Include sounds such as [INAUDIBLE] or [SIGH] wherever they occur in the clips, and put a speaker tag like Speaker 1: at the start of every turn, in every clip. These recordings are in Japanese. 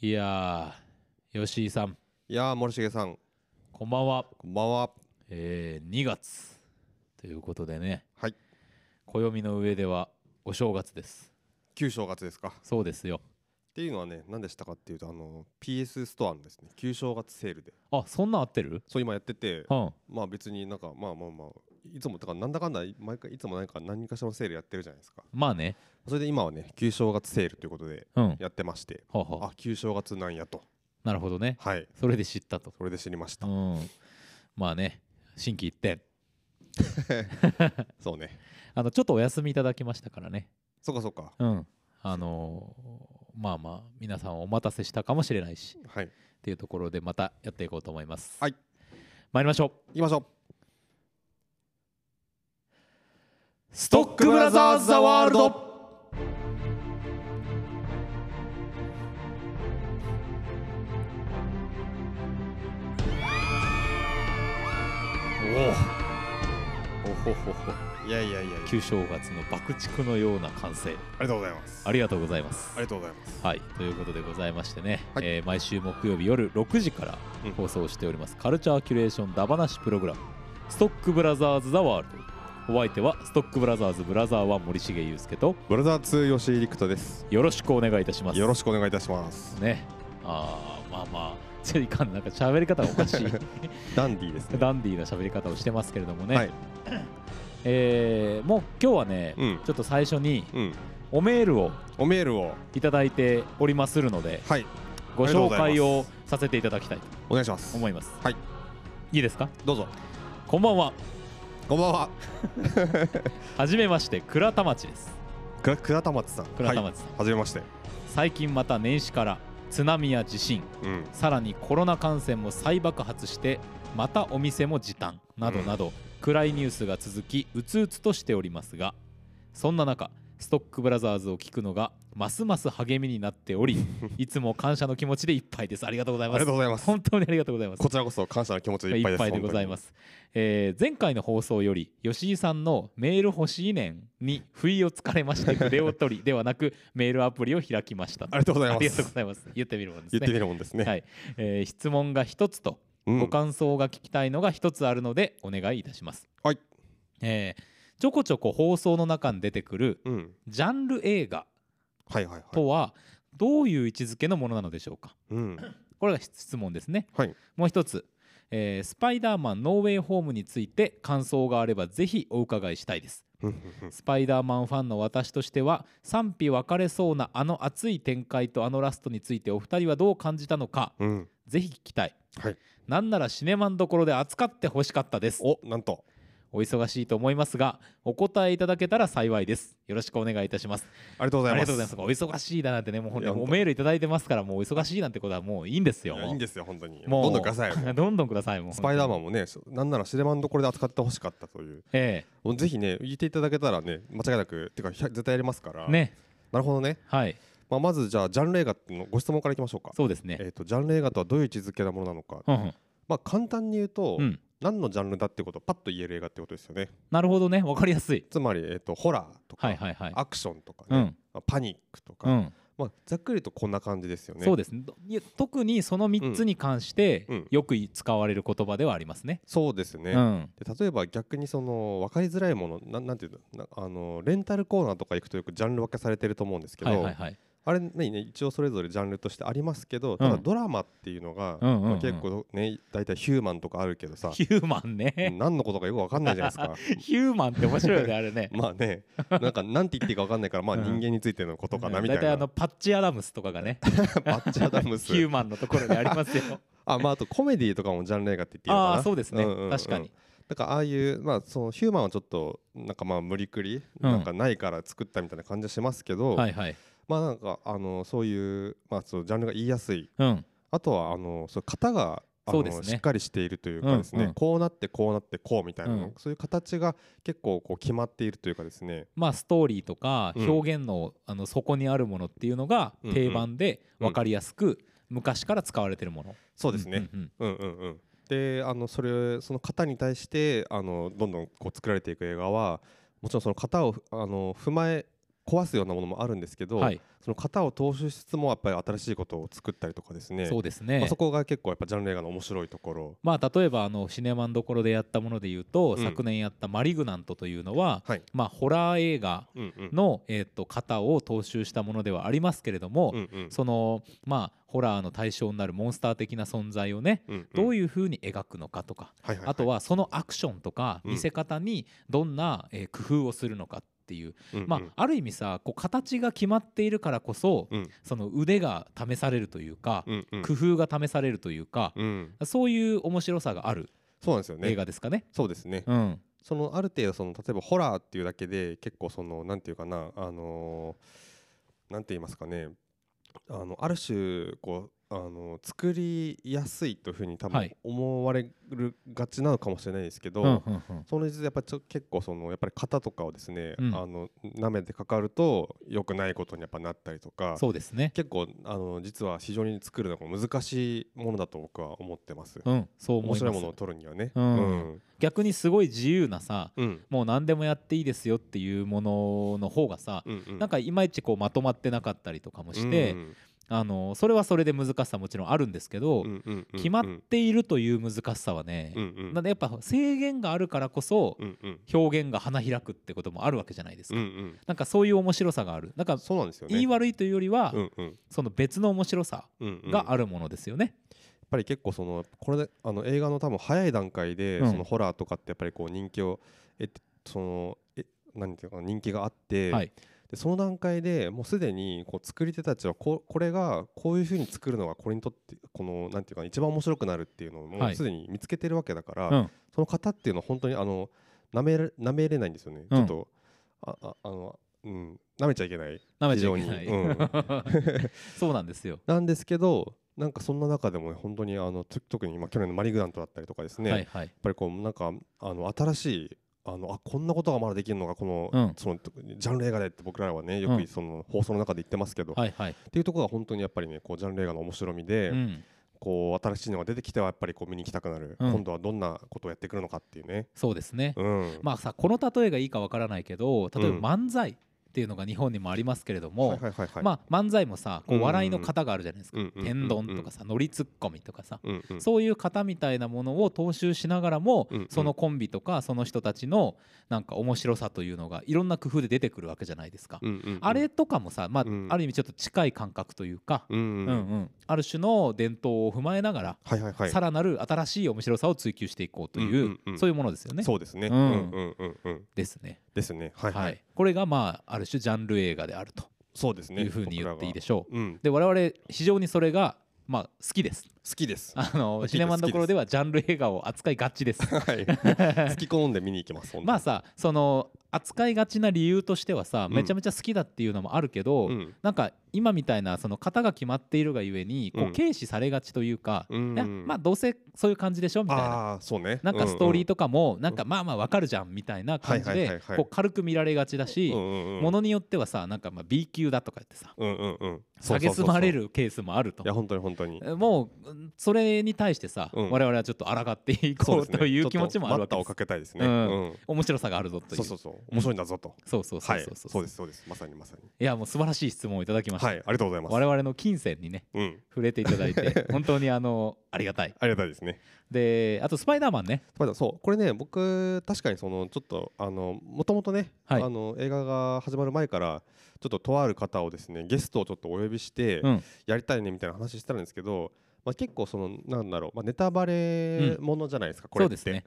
Speaker 1: いやー、吉井さん、
Speaker 2: いやー森重さん
Speaker 1: こんばんは。
Speaker 2: こんばんは
Speaker 1: えー、2月ということでね、
Speaker 2: はい
Speaker 1: 暦の上ではお正月です。
Speaker 2: 旧正月ですかっ
Speaker 1: そうですよ。
Speaker 2: ていうのはね何でしたかっていうとあの PS ストアのですね旧正月セールで
Speaker 1: あ、そんなん合ってる
Speaker 2: そう今やってて
Speaker 1: うん。
Speaker 2: まあ別になんかまあまあまあいつもだからなんだかんだ毎回いつも何か何かしらのセールやってるじゃないですか
Speaker 1: まあね。
Speaker 2: それで今はね旧正月セールということで
Speaker 1: うん。は
Speaker 2: やってまして
Speaker 1: あはあ
Speaker 2: あ旧正月なんやと
Speaker 1: なるほどね。
Speaker 2: はい
Speaker 1: それで知ったと。
Speaker 2: それで知りました
Speaker 1: うん。まあね、心機一転。
Speaker 2: そうね
Speaker 1: あの、ちょっとお休みいただきましたからね。
Speaker 2: そっかそっか
Speaker 1: うん。あのーまあまあ、皆さんお待たせしたかもしれないし、
Speaker 2: はい
Speaker 1: っていうところでまたやっていこうと思います。
Speaker 2: はい。
Speaker 1: 参りましょう。
Speaker 2: 行きましょう
Speaker 1: ストックブラザーズ・ザ・ワールドおほほほ
Speaker 2: いやいやいやいや
Speaker 1: 旧正月の爆竹のような歓声
Speaker 2: ありがとうございます
Speaker 1: ありがとうございます
Speaker 2: ありがとうございます
Speaker 1: はいということでございましてね、
Speaker 2: はい
Speaker 1: えー毎週木曜日夜6時から
Speaker 2: うん
Speaker 1: 放送しております、カルチャーキュレーションダバなしプログラム「ストックブラザーズ・ザ・ワールド」お相手はストックブラザーズブラザーは森重裕介と
Speaker 2: ブラザー2吉井陸斗です
Speaker 1: よろしくお願いいたします
Speaker 2: よろしくお願いいたします
Speaker 1: ねあーまあまあちょいかんなんか喋り方がおかしい
Speaker 2: ダンディ [LAUGHS] ーですね
Speaker 1: ダンディーな喋り方をしてますけれどもね、
Speaker 2: はい
Speaker 1: えーもう今日はね、
Speaker 2: うん
Speaker 1: ちょっと最初に
Speaker 2: うん
Speaker 1: おメールを
Speaker 2: おメールを
Speaker 1: いただいておりまするので
Speaker 2: はい
Speaker 1: ご紹介
Speaker 2: ありがとうござい
Speaker 1: を
Speaker 2: ます
Speaker 1: させていただきたいと
Speaker 2: お願いします
Speaker 1: 思います
Speaker 2: はい
Speaker 1: いいですか
Speaker 2: どうぞ
Speaker 1: こんばんは
Speaker 2: こんばんは
Speaker 1: はじめまして倉田町です
Speaker 2: く倉田松さん
Speaker 1: 倉田町さん
Speaker 2: はい、はじめまして
Speaker 1: 最近また年始から津波や地震
Speaker 2: うん
Speaker 1: さらにコロナ感染も再爆発してまたお店も時短などなど、暗いニュースが続きうつうつとしておりますがそんな中ストックブラザーズを聞くのがますます励みになって
Speaker 2: [LAUGHS]
Speaker 1: おりいつも感謝の気持ちでいっぱいですありがとうござい
Speaker 2: あ
Speaker 1: ま
Speaker 2: り
Speaker 1: す
Speaker 2: がとうございます
Speaker 1: 本当にありがとうございます
Speaker 2: こちらこそ感謝の気持ちでいっぱいです
Speaker 1: でございますす、えー前回の放送より吉井さんの「メール欲しいねん」に不意をつかれまして筆を取りではなくメールアプリを開きました
Speaker 2: ありがとうござい
Speaker 1: あ
Speaker 2: ま
Speaker 1: りがとうご
Speaker 2: す
Speaker 1: ざいます言ってみるもんです
Speaker 2: 言っ
Speaker 1: ね
Speaker 2: てみるもんですね、
Speaker 1: はいえー質問が一つと
Speaker 2: うん
Speaker 1: ご感想が聞きたいのが一つあるのでお願いいたします。
Speaker 2: はい
Speaker 1: えーちょこちょこ放送の中に出てくる
Speaker 2: うん
Speaker 1: ジャンル映画
Speaker 2: はいはいはい
Speaker 1: とはどういう位置づけのものなのでしょうか
Speaker 2: うん
Speaker 1: これが質問ですね。
Speaker 2: はい
Speaker 1: もう一つ、えースパイダーマンノーウェイホームについて感想があればぜひお伺いしたいです。
Speaker 2: うんうん
Speaker 1: スパイダーマンファンの私としては賛否分かれそうなあの熱い展開とあのラストについてお二人はどう感じたのか
Speaker 2: うんうん
Speaker 1: ぜひ聞きたい。
Speaker 2: はい
Speaker 1: なんならシネマンどころで扱ってほしかったです。
Speaker 2: おなんと
Speaker 1: お忙しいと思いますが、お答えいただけたら幸いです。よろしくお願いいたします。
Speaker 2: ありがとうご
Speaker 1: あ
Speaker 2: ざい
Speaker 1: りが
Speaker 2: ます
Speaker 1: とうございます。お忙しいだなんてね、もう
Speaker 2: い
Speaker 1: ね、
Speaker 2: や
Speaker 1: おメールいただいてますから、もうお忙しいなんてことはもういいんですよ。
Speaker 2: いやいいんですよ本当に
Speaker 1: もう
Speaker 2: どんどんくださいよ
Speaker 1: [LAUGHS] どんどんください。もう
Speaker 2: スパイダーマ
Speaker 1: ン。
Speaker 2: ンもねそなんならシネマンどころで扱ってほしかったという
Speaker 1: え
Speaker 2: もうぜひね言っていただけたらね間違いなくてかひゃ絶対やりますから
Speaker 1: えね、
Speaker 2: なるほどね、
Speaker 1: はい、
Speaker 2: まあ、まずじゃあジャンル映画っていうのご質問からいきましょうか
Speaker 1: そうですね。
Speaker 2: えー、とジャンル映画とはどういう位置づけなものなのか、
Speaker 1: うんうん
Speaker 2: まあ、簡単に言うと、
Speaker 1: うん
Speaker 2: 何のジャンルだってことをパッと言える映画ってことですよね
Speaker 1: なるほどね、わかりやすい。
Speaker 2: つまり、えー、とホラーとか、
Speaker 1: はいはいはい。
Speaker 2: アクションとか
Speaker 1: う
Speaker 2: ね、
Speaker 1: ん、
Speaker 2: まあパニックとか、
Speaker 1: うん、
Speaker 2: まあ、ざっくりとこんな感じですよね
Speaker 1: そうですね。どいや特にその三つに関して
Speaker 2: うんうん
Speaker 1: よく使われる言葉ではありますね。
Speaker 2: そうですね、
Speaker 1: うん、
Speaker 2: で例えば逆にその分かりづらいものななんていうのなあのレンタルコーナーとか行くとよくジャンル分けされてると思うんですけど、
Speaker 1: はいはいはい。
Speaker 2: あれねね一応それぞれジャンルとしてありますけどただドラマっていうのが、
Speaker 1: うんうんうん
Speaker 2: まあ、結構ね大体ヒューマンとかあるけ
Speaker 1: [LAUGHS]
Speaker 2: どさ
Speaker 1: ヒューマンね。
Speaker 2: 何のことかよく分かんないじゃないですか
Speaker 1: [LAUGHS] ヒューマンって面白いよね、あれね。
Speaker 2: まあね、なんかなんて言っていいか分かんないから、まあ
Speaker 1: うん
Speaker 2: 人間についてのことかな
Speaker 1: うん
Speaker 2: みたい
Speaker 1: 大体あ
Speaker 2: な
Speaker 1: の。パッチ・アダムスとかがね、
Speaker 2: バッチャーダムス
Speaker 1: [LAUGHS] ヒ。ューマンのところであります
Speaker 2: [LAUGHS]
Speaker 1: よ。
Speaker 2: あ、まああとコメディとかもジャンル映画って言っていいのかな。
Speaker 1: ああ、そうですね、
Speaker 2: んんん
Speaker 1: 確かに。。
Speaker 2: だからああいうまあそのヒューマンはちょっとなんかまあ無理くり
Speaker 1: うん
Speaker 2: なんかないから作ったみたいな感じはしますけど、
Speaker 1: はいはい。
Speaker 2: まあなんかあのそういうまあそうジャンルが言いやすい。
Speaker 1: うん、
Speaker 2: あとはあのそう型があ
Speaker 1: そう
Speaker 2: の、
Speaker 1: ですね
Speaker 2: しっかりしているというかですね、
Speaker 1: うんうん
Speaker 2: こうなってこうなってこうみたいな、
Speaker 1: うん
Speaker 2: そういう形が結構こう決まっているというかですね
Speaker 1: まあ、ストーリーとか
Speaker 2: うん
Speaker 1: 表現の,、あのそこにあるものっていうのが
Speaker 2: うんうん
Speaker 1: 定番で分かりやすく昔から使われてるもの。
Speaker 2: そうですね、
Speaker 1: んんん
Speaker 2: うんうんうん、であのそれその型に対してあのどんどんこう作られていく映画はもちろんその型をふあの踏まえ壊すようなものもあるんですけど、
Speaker 1: はい、
Speaker 2: その型を踏襲しつつもやっぱり新しいことを作ったりとかですね
Speaker 1: そうですね、
Speaker 2: まあ、そこが結構やっぱジャンル映画の面白いところ
Speaker 1: まあ、例えばあのシネマンどころでやったもので言うと、
Speaker 2: うん
Speaker 1: 昨年やった「マリグナント」というのは、
Speaker 2: はい
Speaker 1: まあ、ホラー映画
Speaker 2: うんうん
Speaker 1: の、えー、と型を踏襲したものではありますけれども、
Speaker 2: うんうん
Speaker 1: そのまあホラーの対象になるモンスター的な存在をね
Speaker 2: うんうん
Speaker 1: どういうふうに描くのかとか、
Speaker 2: はいはいい
Speaker 1: あとはそのアクションとか
Speaker 2: うん
Speaker 1: 見せ方にどんな、えー工夫をするのかっていう、
Speaker 2: うんうん
Speaker 1: まあ、ある意味さこう形が決まっているからこそ、
Speaker 2: うん
Speaker 1: その腕が試されるというか、
Speaker 2: うんうん
Speaker 1: 工夫が試されるというか、
Speaker 2: うん
Speaker 1: そういう面白さがある
Speaker 2: そうなんですよ
Speaker 1: 映
Speaker 2: ね
Speaker 1: 画ですかね。
Speaker 2: そうですね
Speaker 1: うん、
Speaker 2: そのある程度その例えばホラーっていうだけで結構そのなんていうかなあのーなんて言いますかねあのある種こうあの作りやすいというふうに多
Speaker 1: は
Speaker 2: 分
Speaker 1: い
Speaker 2: 思われるがちなのかもしれないですけど、
Speaker 1: うんうんうん
Speaker 2: その実やっぱちょ結構そのやっぱり型とかをですね、
Speaker 1: うん
Speaker 2: あの舐めてかかると良くないことにやっぱなったりとか
Speaker 1: そうですね、
Speaker 2: 結構あの実は非常に作るのが難しいものだと僕は思ってます。
Speaker 1: うん、そう思
Speaker 2: 面
Speaker 1: い
Speaker 2: 白
Speaker 1: ま
Speaker 2: いもの
Speaker 1: す
Speaker 2: を取るにはね。
Speaker 1: うん
Speaker 2: うん
Speaker 1: 逆にすごい自由なさ
Speaker 2: うん
Speaker 1: もう何でもやっていいですよっていうものの方がさ、
Speaker 2: うんうん
Speaker 1: なんかいまいちこうまとまってなかったりとかもして、
Speaker 2: うん
Speaker 1: あのそれはそれで難しさもちろんあるんですけど、
Speaker 2: うんうんうん
Speaker 1: 決まっているという難しさはね、
Speaker 2: うんうん
Speaker 1: なんでやっぱ制限があるからこそ
Speaker 2: うんうん
Speaker 1: 表現が花開くってこともあるわけじゃないです
Speaker 2: うん
Speaker 1: か、
Speaker 2: うん
Speaker 1: なんかそういう面白さがあるなんか
Speaker 2: そうなんですよね。
Speaker 1: 言い悪いというよりは、
Speaker 2: うんうん
Speaker 1: その別の面白さ
Speaker 2: うんうん
Speaker 1: が
Speaker 2: やっ
Speaker 1: あるものですよね、
Speaker 2: ぱり結構そのこれであの映画の多分早い段階で、
Speaker 1: うん
Speaker 2: そのホラーとかってやっぱりこう人気をえそのえ何ていうかな人気があって、
Speaker 1: はい
Speaker 2: でその段階でもうすでにこう作り手たちはここれがこういうふうに作るのがこれにとってこのなんていうかな一番面白くなるっていうのをも
Speaker 1: は
Speaker 2: う
Speaker 1: い
Speaker 2: すでに見つけてるわけだから、
Speaker 1: うん
Speaker 2: その方っていうのは本当にあの舐めれ舐めれないんですよね、
Speaker 1: うん
Speaker 2: ちょっとあああのうん舐めちゃいけない
Speaker 1: 舐めちゃいけない、
Speaker 2: 非常にう
Speaker 1: [LAUGHS] そうなんですよ、
Speaker 2: なんですけどなんかそんな中でもね本当にあのと特に今去年のマリグナントだったりとかですね、
Speaker 1: は
Speaker 2: や
Speaker 1: い
Speaker 2: っ
Speaker 1: はい
Speaker 2: ぱりこうなんかあの新しいあのあこんなことがまだできるのがこの,、
Speaker 1: うん
Speaker 2: そのジャンル映画でって僕らはねよ
Speaker 1: うん
Speaker 2: くその放送の中で言ってますけど、っ
Speaker 1: はいはい、
Speaker 2: ていうところが本当にやっぱりねこうジャンル映画の面白みで、
Speaker 1: うん、
Speaker 2: こう新しいのが出てきてはやっぱりこう見に行きたくなる、
Speaker 1: うん
Speaker 2: 今度はどんなことをやってくるのかっていうね。
Speaker 1: そうですね、
Speaker 2: うん
Speaker 1: まあさこの例えがいいかわからないけど例えば
Speaker 2: うん
Speaker 1: 漫才っていうのが日本にもありますけれども、
Speaker 2: はいはいはいはい
Speaker 1: まあ、漫才もさこう
Speaker 2: うん
Speaker 1: 笑いの型があるじゃないですか、
Speaker 2: うんうんうんうん
Speaker 1: 天丼とかさノリツッコミとかさ、
Speaker 2: うんうん
Speaker 1: そういう型みたいなものを踏襲しながらも、
Speaker 2: うんうん
Speaker 1: そのコンビとかその人たちのなんか面白さというのがいろんな工夫で出てくるわけじゃないですか、
Speaker 2: うんうんうん
Speaker 1: あれとかもさ、まあ
Speaker 2: うん
Speaker 1: ある意味ちょっと近い感覚というか、
Speaker 2: うん
Speaker 1: う
Speaker 2: うんん
Speaker 1: うんある種の伝統を踏まえながら、
Speaker 2: はいはいはい
Speaker 1: さらなる新しい面白さを追求していこうという、
Speaker 2: うんうんうん
Speaker 1: そういうものですよね。
Speaker 2: そうですね、
Speaker 1: う
Speaker 2: うんん、うんうんうん
Speaker 1: ですね、
Speaker 2: ですねはいはい、
Speaker 1: はいこれがまあある種ジャンル映画であると
Speaker 2: そうですね
Speaker 1: いうふうに言っていいで
Speaker 2: し
Speaker 1: しょう。
Speaker 2: ょう、うん、
Speaker 1: で我々非常にそれがまあ好きです。
Speaker 2: 好きです。
Speaker 1: あの
Speaker 2: 好きです
Speaker 1: シネマンどころではジャンル映画を扱いがちです。 [LAUGHS]
Speaker 2: はい。好き好んで見に行きます。
Speaker 1: まあ
Speaker 2: 本
Speaker 1: さその扱いがちな理由としてはさ
Speaker 2: うん
Speaker 1: めちゃめちゃ好きだっていうのもあるけど、
Speaker 2: 当に、うん
Speaker 1: なんか今みたいなその型が決まっているがゆえにこ
Speaker 2: う
Speaker 1: うん軽視されがちというか、
Speaker 2: うん
Speaker 1: いやまあどうせそういう感じでしょみたいな。
Speaker 2: ああー、そうね。
Speaker 1: なんかストーリー
Speaker 2: と
Speaker 1: とかもなんかまあまあわかるじゃんみたいな感じ
Speaker 2: はいはい
Speaker 1: で
Speaker 2: はいはい
Speaker 1: こう軽く見られがちだしも
Speaker 2: も
Speaker 1: のによってはさなんかまあ B 級だとか言ってさ
Speaker 2: うんうんうん。そうそうそうそう
Speaker 1: 蔑まれ。るケースもあると
Speaker 2: いや、本当に本当に。
Speaker 1: もううんそれに対してさ、
Speaker 2: うん
Speaker 1: 我々はちょっと抗っていこう
Speaker 2: ですね
Speaker 1: という
Speaker 2: ちょっ
Speaker 1: 気持ちもあるわけ
Speaker 2: 待った
Speaker 1: で
Speaker 2: を
Speaker 1: す
Speaker 2: か。けたいですね。
Speaker 1: う
Speaker 2: うんん。
Speaker 1: 面白さがあるぞという。
Speaker 2: そうそうそう。面白いんだぞと。
Speaker 1: そうそうそ
Speaker 2: は
Speaker 1: う
Speaker 2: い
Speaker 1: そう。そ
Speaker 2: そううですそうです。まさにまさに。
Speaker 1: いやもう素晴らしい質問をいただきました。
Speaker 2: はい。ありがとうございます。
Speaker 1: 我々の金銭にね
Speaker 2: うん。
Speaker 1: 触れていただいて本当にあのありがたい。
Speaker 2: ありがたいですね。
Speaker 1: であとスパイダーマンね。
Speaker 2: ただそうこれね僕確かにそのちょっとあのもともとね、
Speaker 1: はい
Speaker 2: あの映画が始まる前からちょっととある方をですねゲストをちょっとお呼びして、
Speaker 1: うん
Speaker 2: やりたいねみたいな話してたんですけど、まあ、結構そのなんだろう、まあ、ネタバレものじゃないですか、こ
Speaker 1: そ
Speaker 2: れ
Speaker 1: う
Speaker 2: って
Speaker 1: ですね。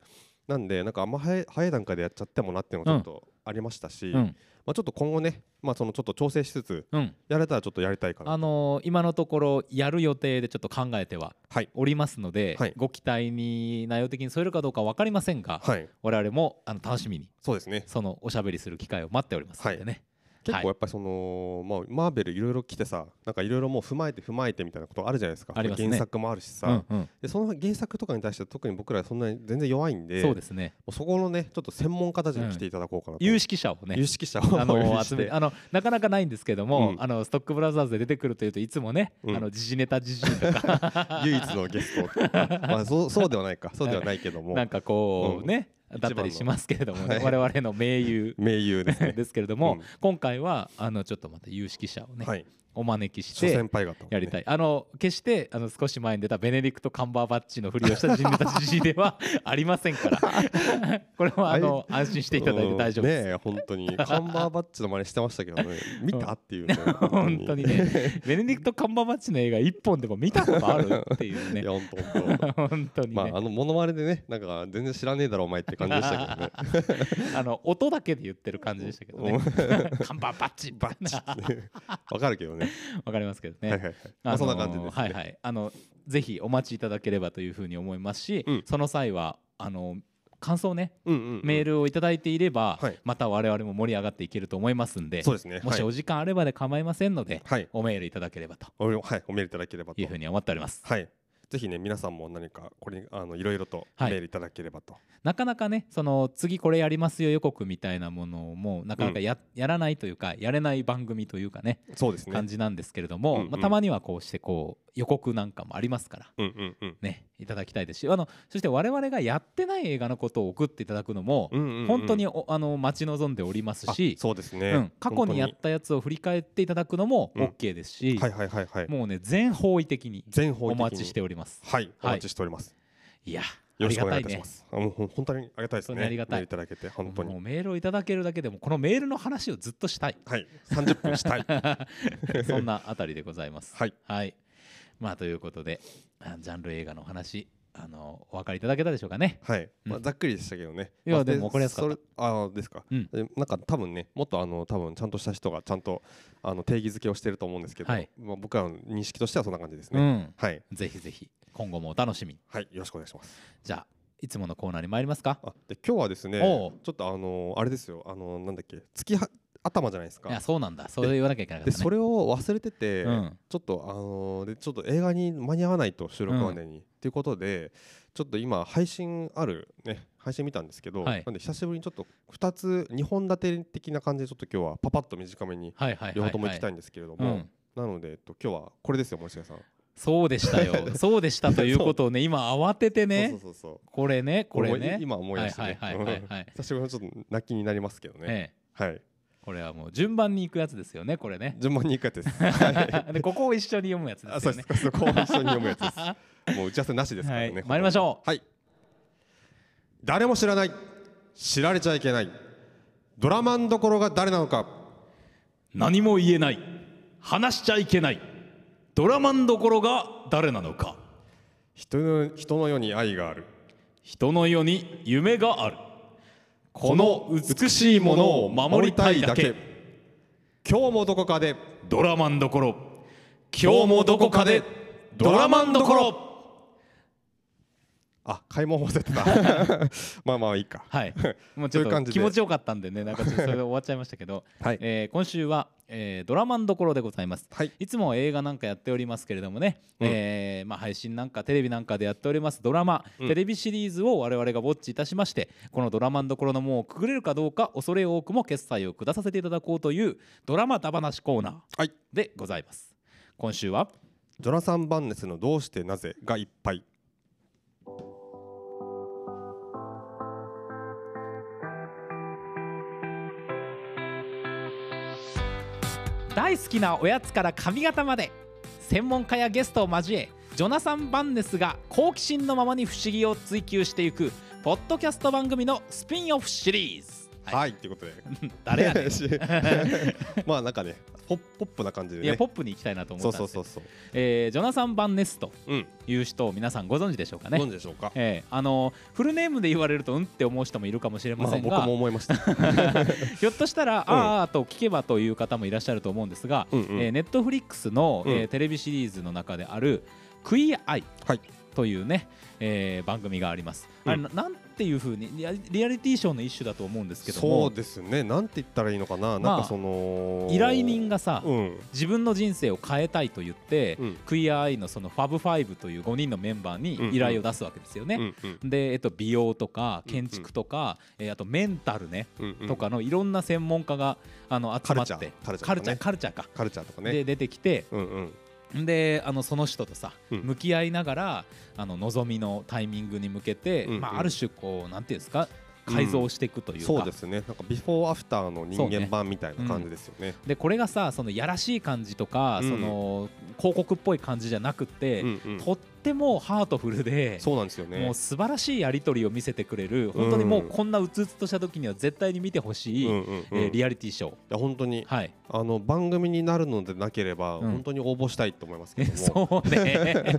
Speaker 2: なんでなんかあんま早い早い段階でやっちゃってもなっていうの
Speaker 1: う
Speaker 2: も
Speaker 1: ん
Speaker 2: ちょっとありました
Speaker 1: う
Speaker 2: し、
Speaker 1: ん
Speaker 2: まあ、ちょっと今後ね、まあ、そのちょっと調整しつつ
Speaker 1: うん。
Speaker 2: やれたらちょっとやりたいかな
Speaker 1: あのー今のところやる予定でちょっと考えては
Speaker 2: はい
Speaker 1: おりますので、
Speaker 2: はい
Speaker 1: ご期待に内容的に添えるかどうかわかりませんが、
Speaker 2: はい
Speaker 1: 我々もあの楽しみに
Speaker 2: そうですね
Speaker 1: そのおしゃべりする機会を待っておりますのでね。
Speaker 2: 結構やっぱりその、まあ、マーベルいろいろ来てさなんかいろいろもう踏まえて踏まえてみたいなことあるじゃないですか
Speaker 1: ありますね
Speaker 2: 原作もあるしさ、
Speaker 1: うんうん、
Speaker 2: でその原作とかに対して特に僕らそんなに全然弱いんで
Speaker 1: そうですね。
Speaker 2: もうそこのねちょっと専門家たちに来ていただこうかなと、
Speaker 1: 有識者をね
Speaker 2: [LAUGHS] 有識者を
Speaker 1: あ
Speaker 2: お呼
Speaker 1: の
Speaker 2: び
Speaker 1: 集
Speaker 2: し
Speaker 1: め
Speaker 2: て
Speaker 1: あのなかなかないんですけども、
Speaker 2: うん
Speaker 1: あのストックブラザーズで出てくるというといつもね、
Speaker 2: うん
Speaker 1: あの時事ネタ時事とか [LAUGHS]
Speaker 2: 唯一のゲストまあそうそうではないかそうではないけども
Speaker 1: なんかこう
Speaker 2: うん
Speaker 1: ね、だったりしますけれども、ね
Speaker 2: 一
Speaker 1: 我
Speaker 2: 番の
Speaker 1: 々の盟友
Speaker 2: 盟友ですね
Speaker 1: ですけれども、
Speaker 2: うん
Speaker 1: 今回はあのちょっとまた有識者をね、
Speaker 2: はい
Speaker 1: お招きし
Speaker 2: 諸
Speaker 1: て
Speaker 2: 先輩方、ね、
Speaker 1: やりたい、あの決してあの少し前に出たベネディクト・カンバーバッチのふりをした人たちで
Speaker 2: [LAUGHS]
Speaker 1: はありませんからこれはあの安心していただいて大丈夫です。
Speaker 2: うんねえ本
Speaker 1: [LAUGHS]
Speaker 2: 当にカンバーバッチの真似してましたけどね見たっていうね
Speaker 1: 本当に
Speaker 2: [LAUGHS]
Speaker 1: ねベネディクト・カンバーバッチの映画一本でも見たことあるっていう
Speaker 2: [LAUGHS] い
Speaker 1: ね
Speaker 2: や本当本当
Speaker 1: 本当にね、
Speaker 2: まああのモノマネでねなんか全然知らねえだろお前って感じでしたけどね
Speaker 1: [LAUGHS] あの音だけで言ってる感じでしたけどね
Speaker 2: う。
Speaker 1: [LAUGHS] 看板バッチ
Speaker 2: [LAUGHS] バ [LAUGHS] ッチってねわかるけどね
Speaker 1: わかりますけどね。
Speaker 2: はいはいはいまあそんな感
Speaker 1: あ
Speaker 2: じ
Speaker 1: の
Speaker 2: で
Speaker 1: ー
Speaker 2: す
Speaker 1: はい
Speaker 2: ね
Speaker 1: はい。あのぜひお待ちいただければというふうに思いますし、
Speaker 2: うん
Speaker 1: その際はあの感想ね、
Speaker 2: うんうんうん
Speaker 1: メールをいただいていれば、
Speaker 2: はい
Speaker 1: また我々も盛り上がっていけると思いますんで、
Speaker 2: そうですね
Speaker 1: もし
Speaker 2: は
Speaker 1: お
Speaker 2: い
Speaker 1: 時間あればで構いませんので、
Speaker 2: はい
Speaker 1: おメールいただければと
Speaker 2: おはいおメールいただければと
Speaker 1: いうふうに思っております。
Speaker 2: はいぜひね皆さんも何かこれにあのいろいろとメ
Speaker 1: はい
Speaker 2: ールいただければと
Speaker 1: なかなかねその次これやりますよ予告みたいなものもなかなかや,、やらないというかやれない番組というかね
Speaker 2: そうですね
Speaker 1: 感じなんですけれども、
Speaker 2: うんうん
Speaker 1: まあ、たまにはこうしてこう予告なんかもありますから
Speaker 2: うんうんうん
Speaker 1: ねいただきたいですしあのそして我々がやってない映画のことを送っていただくのも
Speaker 2: うんうんうん
Speaker 1: 本当におあの待ち望んでおります
Speaker 2: あ
Speaker 1: し、
Speaker 2: そうですね、
Speaker 1: うん、過去にやったやつを振り返っていただくのも
Speaker 2: うん
Speaker 1: OK ですし、
Speaker 2: 本当にはいはいはいはい
Speaker 1: もうね全方位的に
Speaker 2: 全
Speaker 1: お
Speaker 2: 方位的に
Speaker 1: 待ちしております
Speaker 2: はいお
Speaker 1: はい
Speaker 2: 待ちしております、
Speaker 1: いや
Speaker 2: よろしくお願い
Speaker 1: あ
Speaker 2: いた
Speaker 1: りがたいね
Speaker 2: します。あもうほん本当にありがたいです
Speaker 1: 本当
Speaker 2: ね。
Speaker 1: にありがたい
Speaker 2: メールいただけて本当
Speaker 1: もう
Speaker 2: に。
Speaker 1: メールをいただけるだけでもこのメールの話をずっとしたい [LAUGHS]
Speaker 2: はい、三十分したい。
Speaker 1: そんなあたりでございます
Speaker 2: はい、
Speaker 1: はいまあということであジャンル映画のお話あのお分かりいただけたでしょうかね
Speaker 2: はい、ま
Speaker 1: う
Speaker 2: あ
Speaker 1: ん
Speaker 2: ざっくりでしたけどね。
Speaker 1: いや
Speaker 2: まあ
Speaker 1: でもわかりやすかった
Speaker 2: それああですか。
Speaker 1: うん
Speaker 2: でなんか多分ね、もっとあの多分ちゃんとした人がちゃんとあの定義づけをしてると思うんですけど、
Speaker 1: はい
Speaker 2: まあ僕らの認識としてはそんな感じです
Speaker 1: う
Speaker 2: ね。
Speaker 1: ん
Speaker 2: はい、
Speaker 1: ぜひぜひ今後もお楽しみに
Speaker 2: はい、よろしくお願いします。
Speaker 1: じゃあいつものコーナーに参りますか
Speaker 2: あ、で今日はですね、
Speaker 1: おう
Speaker 2: ちょっとあのあれですよ、あのなんだっけ、月は頭じゃないです
Speaker 1: いや
Speaker 2: か。
Speaker 1: そうなんだそれ言わなきゃいけなかっ
Speaker 2: で
Speaker 1: たね
Speaker 2: それを忘れてて、
Speaker 1: うん
Speaker 2: ちょっとあのーでちょっと映画に間に合わないと収録までに、っていうことでちょっと今配信あるね配信見たんですけど、
Speaker 1: はい
Speaker 2: なんで久しぶりにちょっと2つ2本立て的な感じでちょっと今日はパパッと短めに
Speaker 1: はいはいはい
Speaker 2: 両
Speaker 1: は
Speaker 2: 方
Speaker 1: い
Speaker 2: とも行きた
Speaker 1: い
Speaker 2: いんですけれども、
Speaker 1: うん
Speaker 2: なので、えっと、今日はこれですよ森重さん、
Speaker 1: そうでしたよ
Speaker 2: [LAUGHS]
Speaker 1: そうでしたということをね今慌ててね
Speaker 2: そうそうそうそう
Speaker 1: これねこれね
Speaker 2: も今思い出して、ね
Speaker 1: はいはいはいはいはい
Speaker 2: [LAUGHS] 久しぶりにちょっと泣きになりますけどね、
Speaker 1: ええ
Speaker 2: はい
Speaker 1: これはもう順番に行くやつですよねこれね
Speaker 2: 順番にいくやつ
Speaker 1: [LAUGHS]
Speaker 2: ですはい
Speaker 1: でここを一緒に読むやつで [LAUGHS]
Speaker 2: あ
Speaker 1: す
Speaker 2: そ
Speaker 1: よ
Speaker 2: うで
Speaker 1: ね
Speaker 2: すかそこを一緒に読むやつ
Speaker 1: [LAUGHS]
Speaker 2: ですもう打ち合わせなしですからね。
Speaker 1: はい
Speaker 2: ここ
Speaker 1: 参りましょ
Speaker 2: はい。誰も知らない。知られちゃいけない。ドラマンどころが誰なのか。
Speaker 1: 何も言えない話しちゃいけないドラマンどころが誰なのか
Speaker 2: 人の人の世に愛がある。
Speaker 1: 人の世に夢があるこの美しいものを守りたいだけ。
Speaker 2: 今日もどこかで。
Speaker 1: ドラマンどころ今日もどこかでドラマンどころ
Speaker 2: あ、買い物忘れ
Speaker 1: [LAUGHS]
Speaker 2: てた。まあまあいいか。
Speaker 1: はいもうち
Speaker 2: とい
Speaker 1: ょ
Speaker 2: う
Speaker 1: っ
Speaker 2: 感
Speaker 1: と
Speaker 2: じで
Speaker 1: 気持ちよかったんでねなんかちょっとそれで終わっちゃいましたけど、
Speaker 2: はい
Speaker 1: えー今週 [LAUGHS] は、えードラマンどころでございます
Speaker 2: はい。
Speaker 1: いつも映画なんかやっておりますけれどもね、
Speaker 2: うん
Speaker 1: えーまあ、配信なんかテレビなんかでやっておりますドラマ、
Speaker 2: うん
Speaker 1: テレビシリーズを我々がウォッチいたしましてこのドラマのところの門をくぐれるかどうか恐れ多くも決済を下させていただこうというドラマだ話コーナー
Speaker 2: はい。
Speaker 1: でございます今週は
Speaker 2: ジョナサン・バンネスのどうしてなぜがいっぱい。
Speaker 1: 大好きなおやつから髪型まで専門家やゲストを交えジョナサン・バンネスが好奇心のままに不思議を追求していくポッドキャスト番組のスピンオフシリーズ、はい
Speaker 2: はい。ということで。
Speaker 1: 誰
Speaker 2: [LAUGHS]
Speaker 1: やねん
Speaker 2: まあなんかね、ポッポップな感じで
Speaker 1: い
Speaker 2: ね。
Speaker 1: やポップに行きたいなと思
Speaker 2: そ
Speaker 1: っ
Speaker 2: う
Speaker 1: たん
Speaker 2: そう
Speaker 1: です
Speaker 2: そ
Speaker 1: よ
Speaker 2: うそう。
Speaker 1: えージョナサン・バンネスと
Speaker 2: うん。
Speaker 1: いう人を皆さんご存知でしょうか
Speaker 2: ご
Speaker 1: ね
Speaker 2: 存知、でしょうか。
Speaker 1: えーあのフルネームで言われるとうんって思う人もいるかもしれま
Speaker 2: まあ
Speaker 1: せん
Speaker 2: 僕
Speaker 1: が、
Speaker 2: も思い
Speaker 1: [LAUGHS]
Speaker 2: ました。
Speaker 1: ひょっとしたら、あーあーと聞けばという方もいらっしゃると思うんですが、
Speaker 2: うんうん
Speaker 1: えーネットフリックスの、えー
Speaker 2: うん
Speaker 1: テレビシリーズの中である「クイアアイ
Speaker 2: はい。」
Speaker 1: というね、えー番組があります。あれ
Speaker 2: うん
Speaker 1: ななんていうふうにリアリアリティショーの一種だと思うんですけど
Speaker 2: そ
Speaker 1: も
Speaker 2: うですね。なんて言ったらいいのかな。
Speaker 1: まあ
Speaker 2: なんかその
Speaker 1: 依頼人がさ、
Speaker 2: うん
Speaker 1: 自分の人生を変えたいと言って、
Speaker 2: うん
Speaker 1: クイアアイのそのファブファイブという5人のメンバーに依頼を出すわけですよね。
Speaker 2: うんうん
Speaker 1: でえっと、美容とか建築とか、えーあとメンタルね、
Speaker 2: うんうん
Speaker 1: とかのいろんな専門家があの集まって
Speaker 2: カルチ
Speaker 1: カ
Speaker 2: ャーカ
Speaker 1: ル
Speaker 2: ル
Speaker 1: チャ
Speaker 2: チャ
Speaker 1: ー
Speaker 2: ー
Speaker 1: カルチャーカルチャ
Speaker 2: と
Speaker 1: ーか、
Speaker 2: カルチャーとか
Speaker 1: で
Speaker 2: ね。
Speaker 1: 出てきて
Speaker 2: うんうん
Speaker 1: であのその人とさ、
Speaker 2: うん
Speaker 1: 向き合いながらあの望みのタイミングに向けて、
Speaker 2: うんうん
Speaker 1: まあ、ある種こうなんていうんですか改造していくというか、
Speaker 2: そうですねなんかビフォーアフターの人間版みたいな感じですよね
Speaker 1: でこれがさそのやらしい感じとか、
Speaker 2: うん
Speaker 1: その広告っぽい感じじゃなくて、
Speaker 2: うんうん
Speaker 1: とってもハートフルで。
Speaker 2: そうなんですよね
Speaker 1: もう素晴らしいやり取りを見せてくれる本当にもうこんなうつうつとした時には絶対に見てほしい、
Speaker 2: うんうんうん
Speaker 1: えー
Speaker 2: い
Speaker 1: リアリティショー、
Speaker 2: や本当に
Speaker 1: はい、
Speaker 2: あの番組になるのでなければ、
Speaker 1: うん
Speaker 2: 本当に応募したいと思いますけ
Speaker 1: え
Speaker 2: ど
Speaker 1: [LAUGHS] そ
Speaker 2: も
Speaker 1: うね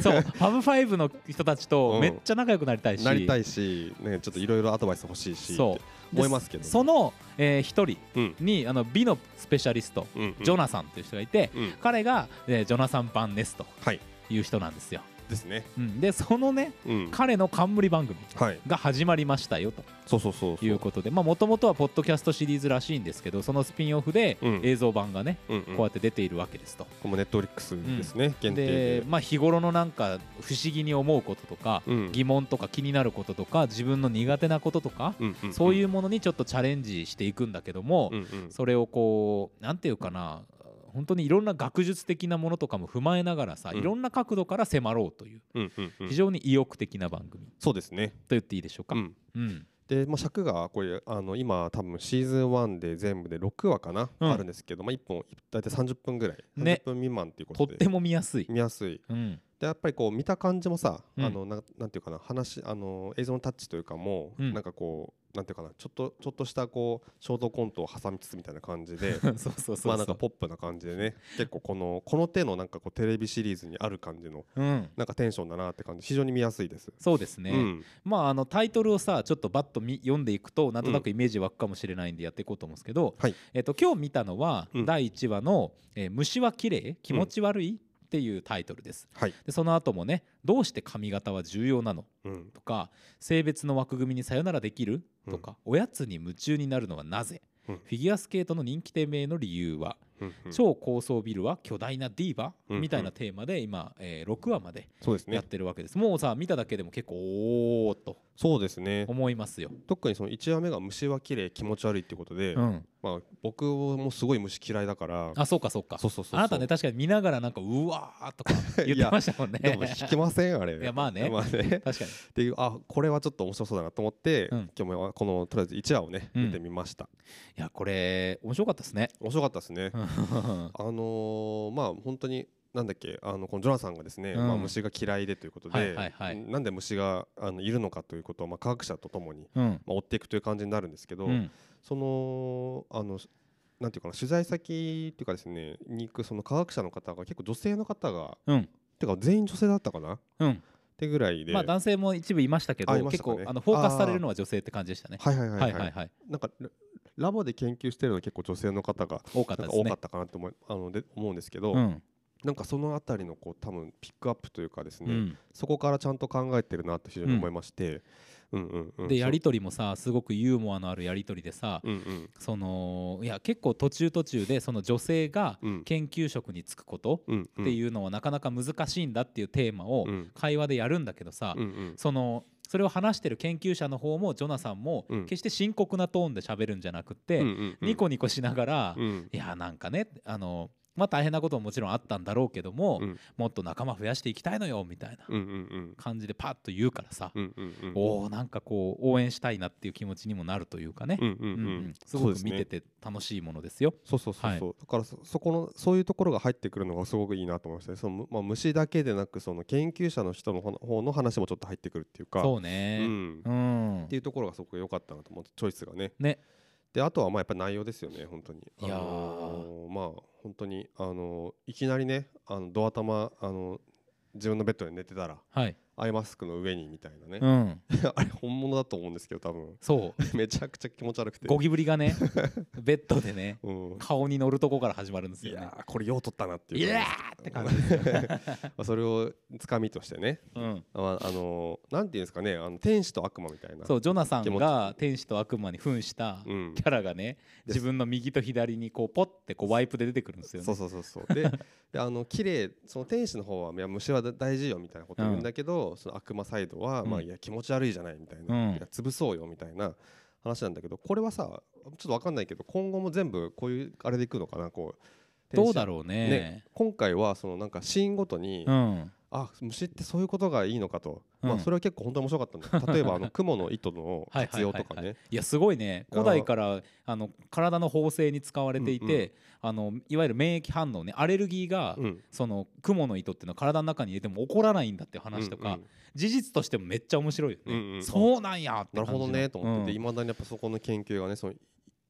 Speaker 1: [LAUGHS] そうファブファイブの人たち
Speaker 2: う
Speaker 1: と
Speaker 2: ん
Speaker 1: めっちゃ仲良くなりたいし、
Speaker 2: なりたいし、ね、ちょっといろいろアドバイス欲しいし
Speaker 1: そう
Speaker 2: って思いますけど
Speaker 1: その一、えー一人
Speaker 2: うん
Speaker 1: にあの美のスペシャリスト、
Speaker 2: うんうん
Speaker 1: ジョナサンという人がいて
Speaker 2: うん
Speaker 1: 彼が、えージョナサン・バンネスと
Speaker 2: はい
Speaker 1: いう人なんですよ、
Speaker 2: ですね、
Speaker 1: うん、でそのね
Speaker 2: うん、
Speaker 1: 彼の冠番組
Speaker 2: はい
Speaker 1: が始まりましたよと
Speaker 2: そうそうそうそう
Speaker 1: いうことでもともとはポッドキャストシリーズらしいんですけどそのスピンオフで
Speaker 2: うん
Speaker 1: 映像版がね
Speaker 2: うんうん
Speaker 1: こうやって出ているわけですと。
Speaker 2: これもネットフリックスですね、限定
Speaker 1: で
Speaker 2: で、
Speaker 1: まあ、日頃のなんか不思議に思うこととか
Speaker 2: うん
Speaker 1: 疑問とか気になることとか自分の苦手なこととか
Speaker 2: うんうん、
Speaker 1: そういううものにちょっとチャレンジしていくんだけども
Speaker 2: うんうん、
Speaker 1: それをこうなんていうかな本当にいろんな学術的なものとかも踏まえながらさ
Speaker 2: うん
Speaker 1: いろんな角度から迫ろうという
Speaker 2: うんうんうん
Speaker 1: 非常に意欲的な番組と
Speaker 2: そうですね、
Speaker 1: 言っていいでしょうか
Speaker 2: う。ん、
Speaker 1: うん
Speaker 2: で、まあ、尺がこれあの今多分シーズン1で全部で6話かな、
Speaker 1: うん
Speaker 2: あるんですけど、まあ、1本大体30分ぐらい
Speaker 1: ね
Speaker 2: 30分未満っていうこと
Speaker 1: っ
Speaker 2: で、
Speaker 1: ても見やすい。
Speaker 2: 見やすい
Speaker 1: うん
Speaker 2: でやっぱりこう見た感じもさ、
Speaker 1: うん
Speaker 2: あのななんていうかな話あの映像のタッチというかもう、
Speaker 1: うん
Speaker 2: なんかこうなんていうかなちょっとちょっとしたこうショートコントを挟みつつみたいな感じで
Speaker 1: [LAUGHS] そうそうそうそう
Speaker 2: まあなんかポップな感じでね結構このこの手のなんかこうテレビシリーズにある感じの
Speaker 1: うん、
Speaker 2: なんかテンションだなって感じ非常に見やすいです。
Speaker 1: そうですね、
Speaker 2: うん、
Speaker 1: まああのタイトルをさちょっとバッと見読んでいくとなんとなくイメージ湧くかもしれないんでやっていこうと思うんですけど、
Speaker 2: はい
Speaker 1: えっと今日見たのは、
Speaker 2: うん
Speaker 1: 第1話の、えー虫は綺麗気持ち悪い」っていうタイトルです。
Speaker 2: はい、
Speaker 1: でその後もね「どうして髪型は重要なの?」
Speaker 2: うん、
Speaker 1: とか「性別の枠組みにさよならできる?」とか、おやつに夢中になるのはなぜ?」
Speaker 2: うん
Speaker 1: フィギュアスケートの人気低迷の理由は、
Speaker 2: うんうん
Speaker 1: 超高層ビルは巨大なディーバ、
Speaker 2: うん
Speaker 1: みたいなテーマで今、えー6話まで
Speaker 2: そうです
Speaker 1: や
Speaker 2: ね
Speaker 1: ってるわけです、もうさ見ただけでも結構おーっと
Speaker 2: そうですね
Speaker 1: 思いますよ、
Speaker 2: 特にその1話目が虫は綺麗気持ち悪いってことで、
Speaker 1: うん、
Speaker 2: まあ、僕もすごい虫嫌いだから
Speaker 1: あそうかそうか
Speaker 2: そうそうそうそう
Speaker 1: あなたね確かに見ながらなんかうわーとか言ってましたもんね [LAUGHS]
Speaker 2: でも引きませんあれ
Speaker 1: いやまあね
Speaker 2: まあ
Speaker 1: 確
Speaker 2: ね
Speaker 1: かに
Speaker 2: っていうあこれはちょっと面白そうだなと思って、
Speaker 1: うん
Speaker 2: 今日もこのとりあえず1話をね
Speaker 1: うん
Speaker 2: 見てみました、
Speaker 1: いやこれ面白かったですね
Speaker 2: 面白かったですね、
Speaker 1: うん
Speaker 2: あのーまあ本当になんだっけあのこのジョナさんがですね、
Speaker 1: うん
Speaker 2: まあ、虫が嫌いでということで、
Speaker 1: はいはいはい
Speaker 2: なんで虫があのいるのかということを、まあ、科学者とともに、
Speaker 1: うん
Speaker 2: まあ、追っていくという感じになるんですけど、
Speaker 1: うん
Speaker 2: そのあのなんていうかな取材先っていうかですねに行くその科学者の方が結構女性の方が
Speaker 1: うん
Speaker 2: てか全員女性だったかなっ
Speaker 1: うん
Speaker 2: てぐらいで、
Speaker 1: まあ男性も一部いましたけど
Speaker 2: あいまし
Speaker 1: 結
Speaker 2: たかね
Speaker 1: 構あのフォーカスされるのは女性って感じでしたね
Speaker 2: はいはいは
Speaker 1: は
Speaker 2: いはいい、
Speaker 1: はいはい
Speaker 2: なんかララボで研究してるのは結構女性の方が
Speaker 1: 多かっ
Speaker 2: な
Speaker 1: たで
Speaker 2: んか
Speaker 1: す
Speaker 2: 多
Speaker 1: ね
Speaker 2: かったかなと思いあので思うんですけど、
Speaker 1: うん
Speaker 2: なんかそのあたりのこう多分ピックアップというかです
Speaker 1: う
Speaker 2: ね、
Speaker 1: ん
Speaker 2: そこからちゃんと考えてるなって非常に思いまして、うん、うんうん
Speaker 1: でやり取りもさすごくユーモアのあるやり取りでさ
Speaker 2: そううんうん
Speaker 1: そのいや結構途中途中でその女性が
Speaker 2: うん
Speaker 1: 研究職に就くこと
Speaker 2: うんうん
Speaker 1: っていうのはなかなか難しいんだっていうテーマを
Speaker 2: うん
Speaker 1: 会話でやるんだけどさ、
Speaker 2: うんうん
Speaker 1: そのそれを話してる研究者の方もジョナさんも
Speaker 2: うん
Speaker 1: 決して深刻なトーンで喋るんじゃなくて、
Speaker 2: うんうんうん
Speaker 1: ニコニコしながら、
Speaker 2: うん
Speaker 1: いやなんかねあのまあ大変なことももちろんあったんだろうけども、
Speaker 2: うん
Speaker 1: もっと仲間増やしていきたいのよみたいな
Speaker 2: うんうんうん
Speaker 1: 感じでパッと言うからさ、
Speaker 2: うんうんうん
Speaker 1: おおなんかこう応援したいなっていう気持ちにもなるというかね、
Speaker 2: うんうんう
Speaker 1: うんうんんすご
Speaker 2: そうで
Speaker 1: く
Speaker 2: す
Speaker 1: 見
Speaker 2: ね
Speaker 1: てて楽しいものですよ。
Speaker 2: そうそうそうそう、だからそそこのそういうところが入ってくるのがすごくいいなと思いましたねその、むまあ、虫だけでなくその研究者の人の方の方の話もちょっと入ってくるっていうか
Speaker 1: そう
Speaker 2: う
Speaker 1: ね、
Speaker 2: ん
Speaker 1: う
Speaker 2: っ
Speaker 1: ん
Speaker 2: ていうところがすごく良かったなと思ってチョイスがね
Speaker 1: ね
Speaker 2: であとはまあやっぱ内容ですよね本当に
Speaker 1: いやー
Speaker 2: あのーまあ本当にあのーいきなりねあのドア玉あの自分のベッドで寝てたら
Speaker 1: はい、
Speaker 2: アイマスクの上にみたいなね、
Speaker 1: うん、
Speaker 2: [LAUGHS] あれ本物だと思うんですけど多分
Speaker 1: そう
Speaker 2: めちゃくちゃ気持ち悪くて、
Speaker 1: ゴキブリが
Speaker 2: [LAUGHS]
Speaker 1: ねベッドでね
Speaker 2: うん、
Speaker 1: 顔に乗るとこから始まるんです
Speaker 2: い
Speaker 1: よね
Speaker 2: やーこれよう取ったなって
Speaker 1: い
Speaker 2: いう
Speaker 1: や
Speaker 2: 感
Speaker 1: ーって感じですよ、
Speaker 2: じまあそれをつかみとしてね
Speaker 1: うん、
Speaker 2: ああのーなんていうんですかねあの天使と悪魔みたいな
Speaker 1: そうジョナサ
Speaker 2: 気
Speaker 1: ン
Speaker 2: 持
Speaker 1: が天使と悪魔に扮した
Speaker 2: うん
Speaker 1: キャラがね
Speaker 2: です
Speaker 1: 自分の右と左にこうポッてこうワイプで出てくるんですよ
Speaker 2: そう
Speaker 1: ね
Speaker 2: そうそうそうでであの綺麗その天使の方はいや虫はだ大事よみたいなこと言うんだけど、その悪魔サイドは、
Speaker 1: うん
Speaker 2: まあいや気持ち悪いじゃないみたいな、
Speaker 1: うん
Speaker 2: いや潰そうよみたいな話なんだけどこれはさちょっとわかんないけど今後も全部こういうあれでいくのかなこう
Speaker 1: どうだ
Speaker 2: ろ
Speaker 1: ろう
Speaker 2: う
Speaker 1: ね
Speaker 2: 今回はそのなんかシーンごとに、
Speaker 1: うん
Speaker 2: あ虫ってそういうことがいいのかと、ま
Speaker 1: う
Speaker 2: あ、
Speaker 1: ん
Speaker 2: それは結構本当に面白かったん
Speaker 1: [LAUGHS]
Speaker 2: だ例えばあの雲の糸の活用と
Speaker 1: はいはいは
Speaker 2: か
Speaker 1: いは
Speaker 2: ね
Speaker 1: いいやすごいね
Speaker 2: あー
Speaker 1: 古代からあの体の縫製に使われていて、
Speaker 2: うんうん
Speaker 1: あのいわゆる免疫反応ねアレルギーが、
Speaker 2: うん
Speaker 1: その蜘蛛の糸っていうのは体の中に入れても怒らないんだっていう話とか、
Speaker 2: うんうん
Speaker 1: 事実としてもめっちゃ面白いよね、
Speaker 2: うんうん
Speaker 1: そうなんやって
Speaker 2: な
Speaker 1: 感
Speaker 2: る
Speaker 1: じ
Speaker 2: ほどねと思ってて
Speaker 1: うん
Speaker 2: いま、未だにやっぱそこの研究がねその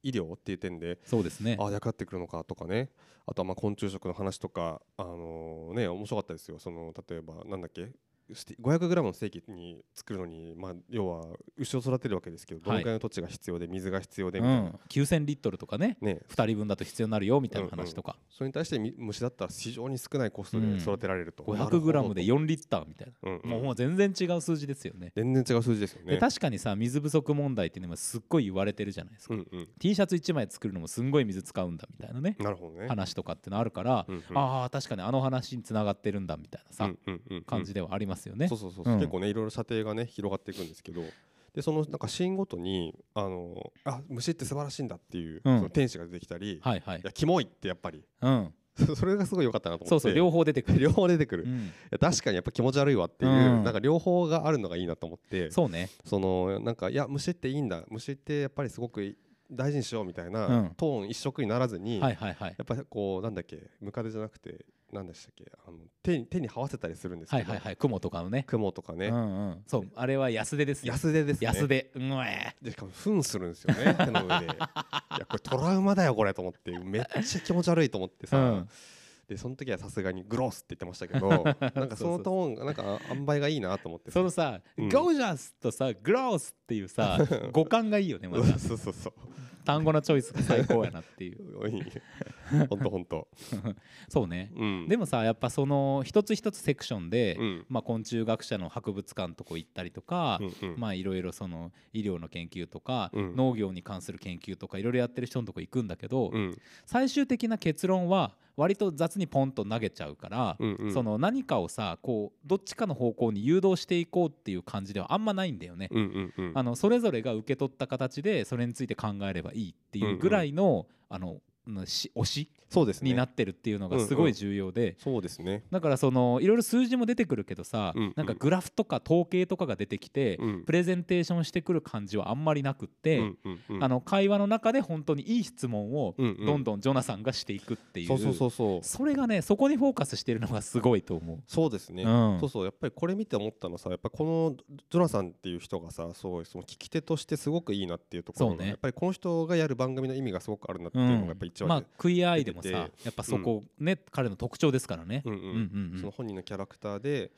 Speaker 2: 医療っていう点で
Speaker 1: そうですね
Speaker 2: あ役立ってくるのかとかねあとはまあ昆虫食の話とかあのね面白かったですよその例えばなんだっけステ 500g のステーキに作るのに、まあ、要は牛を育てるわけですけどどのくらいの土地が必要で水が必要で
Speaker 1: う
Speaker 2: みたいな、
Speaker 1: ん、9000リットルとかね
Speaker 2: ね
Speaker 1: 2人分だと必要になるよみたいな話とか、
Speaker 2: それに対してみ虫だったら非常に少ないコストで育てられると、なるほど
Speaker 1: 500g で4リッターみたいな、
Speaker 2: うんうん
Speaker 1: もうもう全然違う数字ですよね
Speaker 2: 全然違う数字ですよね
Speaker 1: で確かにさ水不足問題っていうのもすっごい言われてるじゃないですか、
Speaker 2: うんうん
Speaker 1: T シャツ1枚作るのもすんごい水使うんだみたいなね
Speaker 2: なるほどね
Speaker 1: 話とかってのあるから、
Speaker 2: うんうん
Speaker 1: ああ確かにあの話につながってるんだみたいなさ、
Speaker 2: うんうんうんうん
Speaker 1: 感じではありますよね
Speaker 2: そうそうそうそう、
Speaker 1: うん
Speaker 2: 結構ねいろいろ射程がね広がっていくんですけどでそのなんかシーンごとにあのあ虫って素晴らしいんだっていう、
Speaker 1: うん
Speaker 2: その天使が出てきたり、い、
Speaker 1: はいはい
Speaker 2: やキモいってやっぱり [LAUGHS]
Speaker 1: うん
Speaker 2: それがすごい良かったなと思って
Speaker 1: そうそう両方出てくる、
Speaker 2: 両方出てくる、
Speaker 1: う
Speaker 2: い
Speaker 1: ん、
Speaker 2: や確かにやっぱ気持ち悪いわっていう、
Speaker 1: うん
Speaker 2: なんか両方があるのがいいなと思ってそ
Speaker 1: そうね
Speaker 2: のなんかいや虫っていいんだ虫ってやっぱりすごく大事にしようみたいな、
Speaker 1: うん
Speaker 2: トーン一色にならずに、
Speaker 1: はいはいはい
Speaker 2: やっぱこうなんだっけムカデじゃなくて何でしたっけあの手に手に這わせたりするんです
Speaker 1: は
Speaker 2: け
Speaker 1: い
Speaker 2: ど、
Speaker 1: はいはい雲とかのね
Speaker 2: 雲とかね、
Speaker 1: うんうん、そうあれは安手ですよ
Speaker 2: 安手ですね
Speaker 1: 安手うんえ
Speaker 2: でしかも糞するんですよね手の
Speaker 1: [LAUGHS]
Speaker 2: 上でいやこれトラウマだよこれと思ってめっちゃ気持ち悪いと思ってさ、
Speaker 1: うん
Speaker 2: でその時はさすがにグロスって言ってましたけ
Speaker 1: [LAUGHS]
Speaker 2: どなんかそのトーンがなんか塩梅がいいなと思ってさ
Speaker 1: そのさ、
Speaker 2: うん
Speaker 1: ゴージャスとさグロースっていうさ五感がいいよねまた
Speaker 2: そうそうそう
Speaker 1: 単語のチョイスが最高やなっていう
Speaker 2: そういいほんとほんと、
Speaker 1: そうね
Speaker 2: うん、
Speaker 1: で
Speaker 2: も、
Speaker 1: もさやっぱその一つ一つセクションで、
Speaker 2: うん
Speaker 1: まあ、昆虫学者の博物館とこ行ったりとか、
Speaker 2: うんうん
Speaker 1: まあいろいろその医療の研究とか、
Speaker 2: うん
Speaker 1: 農業に関する研究とかいろいろやってる人のとこ行くんだけど、
Speaker 2: うん
Speaker 1: 最終的な結論は割と雑にポンと投げちゃうから、
Speaker 2: うんうん
Speaker 1: その何かをさこうどっちかの方向に誘導していこうっていう感じではあんまないんだよね。
Speaker 2: うんうんうん
Speaker 1: あのそれぞれが受け取った形でそれについて考えればいいっていうぐらいの,、あのうんし推し
Speaker 2: そうですね
Speaker 1: になってるっていうのがすごい重要で、
Speaker 2: そうですね
Speaker 1: だからそのいろいろ数字も出てくるけどさ、
Speaker 2: うんうん
Speaker 1: なんかグラフとか統計とかが出てきて、
Speaker 2: うん
Speaker 1: プレゼンテーションしてくる感じはあんまりなくって、
Speaker 2: うんうんうん
Speaker 1: あの会話の中で本当にいい質問を
Speaker 2: うんうん
Speaker 1: どんどんジョナサンがしていくっていう,、
Speaker 2: そうそうそうそう
Speaker 1: それがねそこにフォーカスしてるのがすごいと思う。
Speaker 2: そうですね、
Speaker 1: うん
Speaker 2: そうそうやっぱりこれ見て思ったのさやっぱりこのジョナサンっていう人がさすごいその聞き手としてすごくいいなっていうところ
Speaker 1: そう
Speaker 2: が、
Speaker 1: ね
Speaker 2: やっぱりこの人がやる番組の意味がすごくあるなって
Speaker 1: う
Speaker 2: いうのが
Speaker 1: ん
Speaker 2: やっぱ一
Speaker 1: まあ
Speaker 2: 番、
Speaker 1: クイアアイでもさ
Speaker 2: 出て
Speaker 1: や
Speaker 2: て
Speaker 1: っぱそこね、彼の特徴ですからね。
Speaker 2: うんう
Speaker 1: うんんうんうん
Speaker 2: その本人のキャラクターで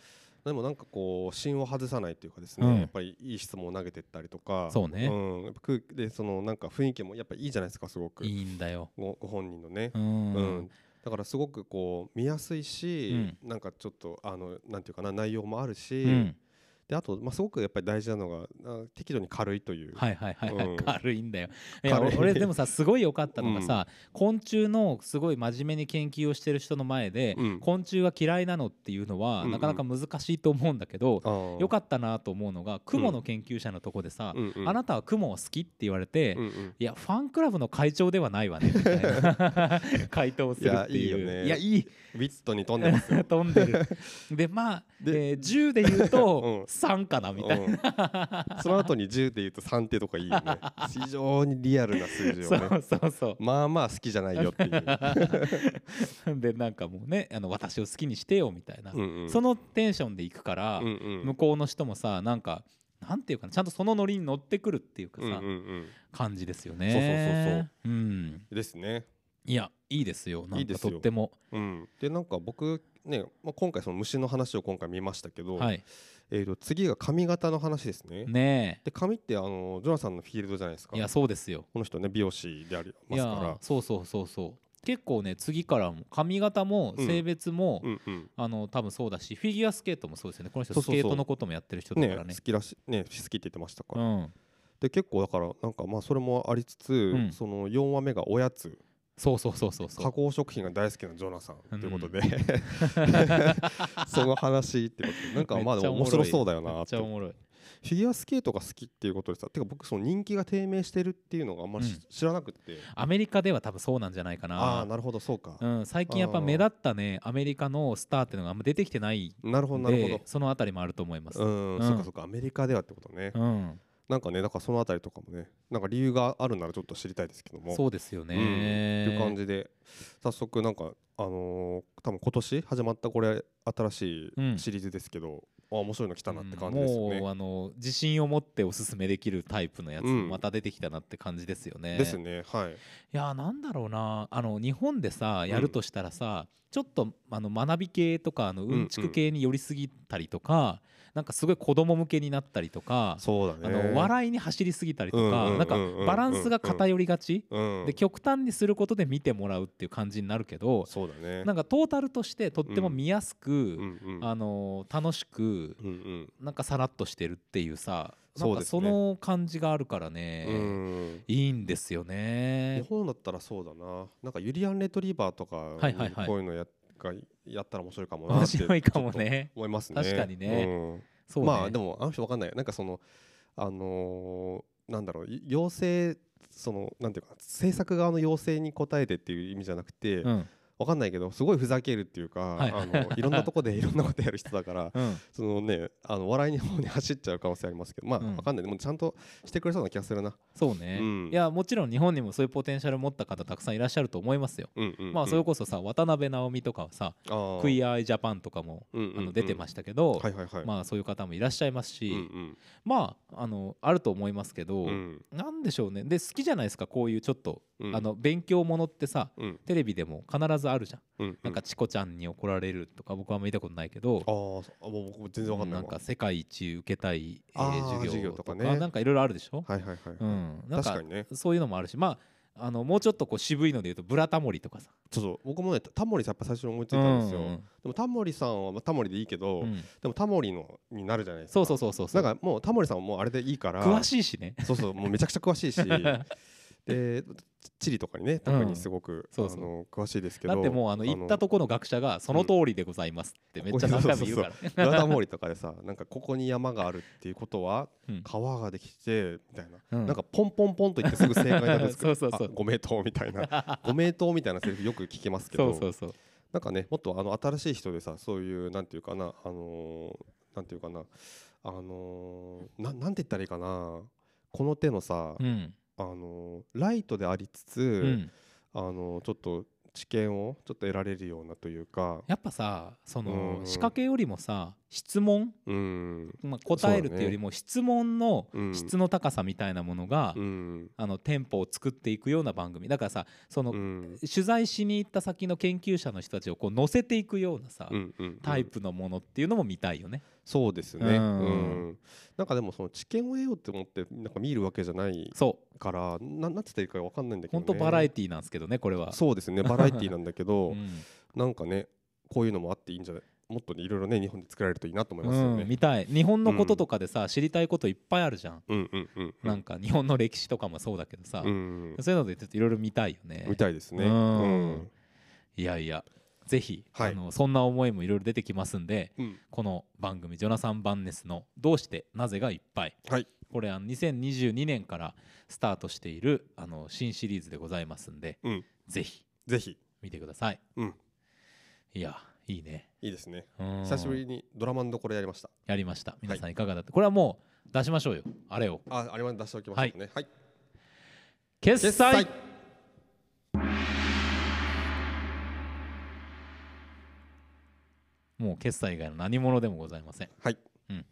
Speaker 2: でもなんかこう芯を外さないというかですね、
Speaker 1: うん
Speaker 2: やっぱりいい質問を投げてったりとか
Speaker 1: そうね
Speaker 2: ん、やっぱ空気でそのなんか雰囲気もやっぱいいじゃないですかすごく
Speaker 1: いいんだよ。
Speaker 2: ごご本人のね
Speaker 1: う、ん、
Speaker 2: うんだからすごくこう見やすいし、なんかちょっとあのなんていうかな内容もあるし、
Speaker 1: うん
Speaker 2: であと、まあ、すごくやっぱり大事なのがあ適度に軽いという、
Speaker 1: はいはいはい、はい
Speaker 2: うん
Speaker 1: 軽いんだよ。いや
Speaker 2: 軽い
Speaker 1: 俺でもさすごい良かったのがさ、昆虫のすごい真面目に研究をしてる人の前で、
Speaker 2: うん
Speaker 1: 昆虫は嫌いなのっていうのは、
Speaker 2: うんうん
Speaker 1: なかなか難しいと思うんだけど、良か
Speaker 2: っ
Speaker 1: ったなと思うのが雲の研究者のとこでさ、
Speaker 2: うんうん
Speaker 1: あなたは雲を好きって言われて、
Speaker 2: うんうん
Speaker 1: いやファンクラブの会長ではないわねみたい
Speaker 2: [LAUGHS]
Speaker 1: な回答をするっていう
Speaker 2: いやいいよね
Speaker 1: いやいい
Speaker 2: ウィットに飛んでますよ
Speaker 1: 飛んで
Speaker 2: [LAUGHS]
Speaker 1: るでまあ
Speaker 2: で
Speaker 1: えー10で言うと
Speaker 2: [LAUGHS] うん
Speaker 1: 3かな [LAUGHS] みたいな、
Speaker 2: うんその後に10で言うと3ってとかいいよ
Speaker 1: [LAUGHS]
Speaker 2: ね非常にリアルな数字
Speaker 1: そ
Speaker 2: をね
Speaker 1: うそうそう
Speaker 2: まあまあ好きじゃないよっていう
Speaker 1: [LAUGHS] でなんかもうねあの私を好きにしてよみたいな、
Speaker 2: うんうん
Speaker 1: そのテンションで行くから、
Speaker 2: うんうん
Speaker 1: 向こうの人もさなんかなんていうかなちゃんとそのノリに乗ってくるっていうかさ、
Speaker 2: うんうん
Speaker 1: 感じですよね。そうそうそうそう。ん、
Speaker 2: うんですね、
Speaker 1: いやいいですよないん
Speaker 2: いで
Speaker 1: か
Speaker 2: すよ
Speaker 1: とっても
Speaker 2: うん、でなんか僕ね、まあ、今回その虫の話を今回見ましたけど、
Speaker 1: はい
Speaker 2: えー、と次が髪型の話ですね
Speaker 1: ね
Speaker 2: で髪ってあのジョナサンのフィールドじゃないですか
Speaker 1: えいやそうですよ。
Speaker 2: この人ね美容師であり
Speaker 1: い
Speaker 2: ます
Speaker 1: や
Speaker 2: から
Speaker 1: そうそうそうそう結構ね次からも髪型も
Speaker 2: うん
Speaker 1: 性別も、
Speaker 2: うんうん
Speaker 1: あの多分そうだしフィギュアスケートもそうですよねこの人
Speaker 2: そう
Speaker 1: ス
Speaker 2: そうそう
Speaker 1: ケートのこともやってる人だか
Speaker 2: ね
Speaker 1: らね。
Speaker 2: 好きらしね好きって言ってましたか
Speaker 1: う
Speaker 2: ら、
Speaker 1: ん、
Speaker 2: で結構だからなんかまあそれもありつつ、
Speaker 1: ん
Speaker 2: その4話目がおやつ
Speaker 1: そうそうそうそうそ
Speaker 2: 加
Speaker 1: う
Speaker 2: 工食品が大好きなジョナサ
Speaker 1: う
Speaker 2: ン
Speaker 1: ん
Speaker 2: ということで、 [LAUGHS] その話ってことでなんかまあ
Speaker 1: めっち
Speaker 2: で
Speaker 1: ゃ
Speaker 2: も
Speaker 1: おもろ
Speaker 2: 面
Speaker 1: い
Speaker 2: 白そうだよ
Speaker 1: め
Speaker 2: な
Speaker 1: っ
Speaker 2: っ
Speaker 1: ち
Speaker 2: て
Speaker 1: ゃおもろい
Speaker 2: フィギュアスケートが好きっていうことでさてか僕その人気が低迷してるっていうのがあんまし、
Speaker 1: うん
Speaker 2: 知らなくって
Speaker 1: アメリカでは多分そうなんじゃないか
Speaker 2: ああー
Speaker 1: な
Speaker 2: なるほどそうか、
Speaker 1: うん、最近やっぱ目立ったねアメリカのスターっていうのがあんま出てきてない
Speaker 2: なるほど
Speaker 1: の
Speaker 2: なるほ
Speaker 1: でそのあたりもあると思います
Speaker 2: どうん、
Speaker 1: うん
Speaker 2: そうかそうかアメリカではってことね、
Speaker 1: うん、
Speaker 2: なんかねだからそのあたりとかもねなんか理由があるならちょっと知りたいですけども
Speaker 1: そうですよね、
Speaker 2: うんっていう感じで早速なんかあのー多分今年始まったこれ新し
Speaker 1: う
Speaker 2: い
Speaker 1: ん
Speaker 2: シリーズですけど、あ面白いの来たなって感じですよ
Speaker 1: うんもう
Speaker 2: ね。
Speaker 1: あの自信を持っておすすめできるタイプのやつ
Speaker 2: うん
Speaker 1: また出てきたなって感じですよね。
Speaker 2: ですねはい。
Speaker 1: いやーなんだろうなあの日本でさやるとしたらさ、ちょっとあの学び系とかあの
Speaker 2: んう
Speaker 1: うんんちく系に寄りすぎたりとか、なんかすごい子供向けになったりとか、
Speaker 2: そうだね。
Speaker 1: あの笑いに走りすぎたりとか、
Speaker 2: うんうん
Speaker 1: なんか
Speaker 2: うんうんうん
Speaker 1: バランスが偏りがち、
Speaker 2: うん
Speaker 1: で極端にすることで見てもらうっていう感じになるけど、
Speaker 2: そうだね。
Speaker 1: なんかトータルとしてとっても見やすく、
Speaker 2: うんうん
Speaker 1: あのー楽しく
Speaker 2: うんうん
Speaker 1: なんかさらっとしてるっていうさな
Speaker 2: そ
Speaker 1: ん
Speaker 2: う
Speaker 1: か
Speaker 2: ですね
Speaker 1: その感じがあるからね、
Speaker 2: うん
Speaker 1: いいんですよ
Speaker 2: 日
Speaker 1: ね。
Speaker 2: 本だったらそうだな。なんかユリアンレトリーバーとか
Speaker 1: はいはいはい
Speaker 2: こういうのやがやったら面白いかもな
Speaker 1: 面
Speaker 2: って
Speaker 1: 白いかもね
Speaker 2: ちょっと。思いますね。
Speaker 1: 確かにね
Speaker 2: うん
Speaker 1: そうね
Speaker 2: まあでもあの人わかんないなんかそのあのーなんだろうい要請そのなんていうか制作側の要請に応えてっていう意味じゃなくて、
Speaker 1: うん
Speaker 2: わかんないけどすごいふざけるっていうか、
Speaker 1: はい
Speaker 2: い、あのいろんなとこでいろんなことやる人だから
Speaker 1: うん
Speaker 2: そのねあの笑いの方に走っちゃう可能性ありますけどまあ、
Speaker 1: うん
Speaker 2: わかんないでもちゃんとしてくれそうな気がするな。
Speaker 1: そうね、
Speaker 2: うん
Speaker 1: いやもちろん日本にもそういうポテンシャル持った方たくさんいらっしゃると思いますよ。
Speaker 2: うんうんうん
Speaker 1: まあそれこそさ渡辺直美とかはさ「
Speaker 2: あー
Speaker 1: クイアアイジャパン」とかも
Speaker 2: うんうんうん
Speaker 1: あの出てましたけど、
Speaker 2: はいはいはい。
Speaker 1: まあそういう方もいらっしゃいますし、
Speaker 2: うん
Speaker 1: まああのあると思いますけ
Speaker 2: う
Speaker 1: ど、
Speaker 2: んうん
Speaker 1: なんでしょうねで好きじゃないですかこういうちょっと、
Speaker 2: うん
Speaker 1: あの勉強ものってさ
Speaker 2: うん
Speaker 1: テレビでも必ずあるじゃん。
Speaker 2: うん
Speaker 1: なんかチコちゃんに怒られるとか僕はあんま見たことないけど、
Speaker 2: あーそあもう僕も全然わかんな
Speaker 1: な
Speaker 2: い
Speaker 1: ん
Speaker 2: わ
Speaker 1: か世界一受けたい、えー
Speaker 2: あー
Speaker 1: 授
Speaker 2: 授
Speaker 1: 業
Speaker 2: 業
Speaker 1: と
Speaker 2: と
Speaker 1: か
Speaker 2: かね
Speaker 1: なんかいろいろあるでしょ、
Speaker 2: はいはいはい。
Speaker 1: うん、なん
Speaker 2: 確
Speaker 1: か
Speaker 2: かにね。
Speaker 1: そういうのもあるしまああのもうちょっとこう渋いので言うと「ブラタモリ」とかさ。
Speaker 2: そうそう僕もねタモリさんやっぱ最初に思いついたんですよ、
Speaker 1: うんうん
Speaker 2: でもタモリさんは、まあ、タモリでいいけど、
Speaker 1: うん
Speaker 2: でもタモリのになるじゃないですか
Speaker 1: そうそうそうそうそう
Speaker 2: なんかもうタモリさんはもうあれでいいから
Speaker 1: 詳しいしね。
Speaker 2: そうそうもうめちゃくちゃ詳しいし
Speaker 1: [LAUGHS]
Speaker 2: で地理とかにね特にすごく、
Speaker 1: そうそう
Speaker 2: あの詳しいですけど
Speaker 1: だってもうあの行ったとこの学者が「その通りでございます」ってめっちゃ何回も言うからね。 [LAUGHS]
Speaker 2: 裏タモリとかでさなんかここに山があるっていうことは
Speaker 1: うん
Speaker 2: 川ができてみたいな、
Speaker 1: うん
Speaker 2: なんかポンポンポンと言ってすぐ正解なんですけ
Speaker 1: [LAUGHS]
Speaker 2: ど
Speaker 1: そうそうそう
Speaker 2: あご名答みたい
Speaker 1: [LAUGHS]
Speaker 2: なご名答みたいなセリフよく聞けますけ
Speaker 1: そ
Speaker 2: ど
Speaker 1: うそうそう。
Speaker 2: なんかねもっとあの新しい人でさそういうなんていうかなあのーなんていうかなあのーななんて言ったらいいかなこの手のさ、
Speaker 1: うん
Speaker 2: あのーライトでありつつ、
Speaker 1: うん、
Speaker 2: あのーちょっと知見をちょっと得られるようなというか
Speaker 1: やっぱさその
Speaker 2: うん
Speaker 1: 仕掛けよりもさ質問
Speaker 2: うん
Speaker 1: まあ、答えるっていうよりも質問の
Speaker 2: うん
Speaker 1: 質の高さみたいなものが、
Speaker 2: うん
Speaker 1: あのテンポを作っていくような番組だからさその、
Speaker 2: うん
Speaker 1: 取材しに行った先の研究者の人たちをこう乗せていくようなさ、
Speaker 2: うんうん
Speaker 1: タイプのものっていうのも見たいよね。
Speaker 2: そうですね、
Speaker 1: う
Speaker 2: うんんなんかでもその知見を得ようって思ってなんか見るわけじゃない
Speaker 1: そ
Speaker 2: からななんつっていいかわかんないんだ
Speaker 1: う
Speaker 2: けど、
Speaker 1: 本
Speaker 2: ね、
Speaker 1: 当バラエティーなんですけどねこれは。
Speaker 2: そうですねバラエティなんだ
Speaker 1: [LAUGHS]
Speaker 2: けど、
Speaker 1: うん
Speaker 2: なんかねこういうのもあっていいんじゃないもっとねいろいろね日本で作られるといいなと思いますよ
Speaker 1: うん
Speaker 2: ね。
Speaker 1: 見たい日本のこととかでさ、知りたいこといっぱいあるじゃん、
Speaker 2: うんうんうんう
Speaker 1: なんか日本の歴史とかもそうだけどさ、
Speaker 2: うん
Speaker 1: そういうのでちょっといろいろ見たいよね
Speaker 2: 見たいですね。
Speaker 1: う
Speaker 2: うんん
Speaker 1: いやいやぜひ、
Speaker 2: はい
Speaker 1: あのそんな思いもいろいろ出てきますんで
Speaker 2: うん
Speaker 1: この番組「ジョナサン・バンネスのどうしてなぜがいっぱい」
Speaker 2: はい
Speaker 1: これあの2022年からスタートしているあの新シリーズでございますんで
Speaker 2: うん
Speaker 1: ぜひ
Speaker 2: ぜひ
Speaker 1: 見てください
Speaker 2: うん
Speaker 1: いやいいね
Speaker 2: いいですね。
Speaker 1: うん
Speaker 2: 久しぶりにドラマンドこれやりました。
Speaker 1: やりました皆さんいかがだった、これはもう出しましょうよあれを
Speaker 2: ああれまで出しておきましょうね。はい。
Speaker 1: 決済
Speaker 2: 決済
Speaker 1: もう決済以外の何者でもございません
Speaker 2: はい。
Speaker 1: うん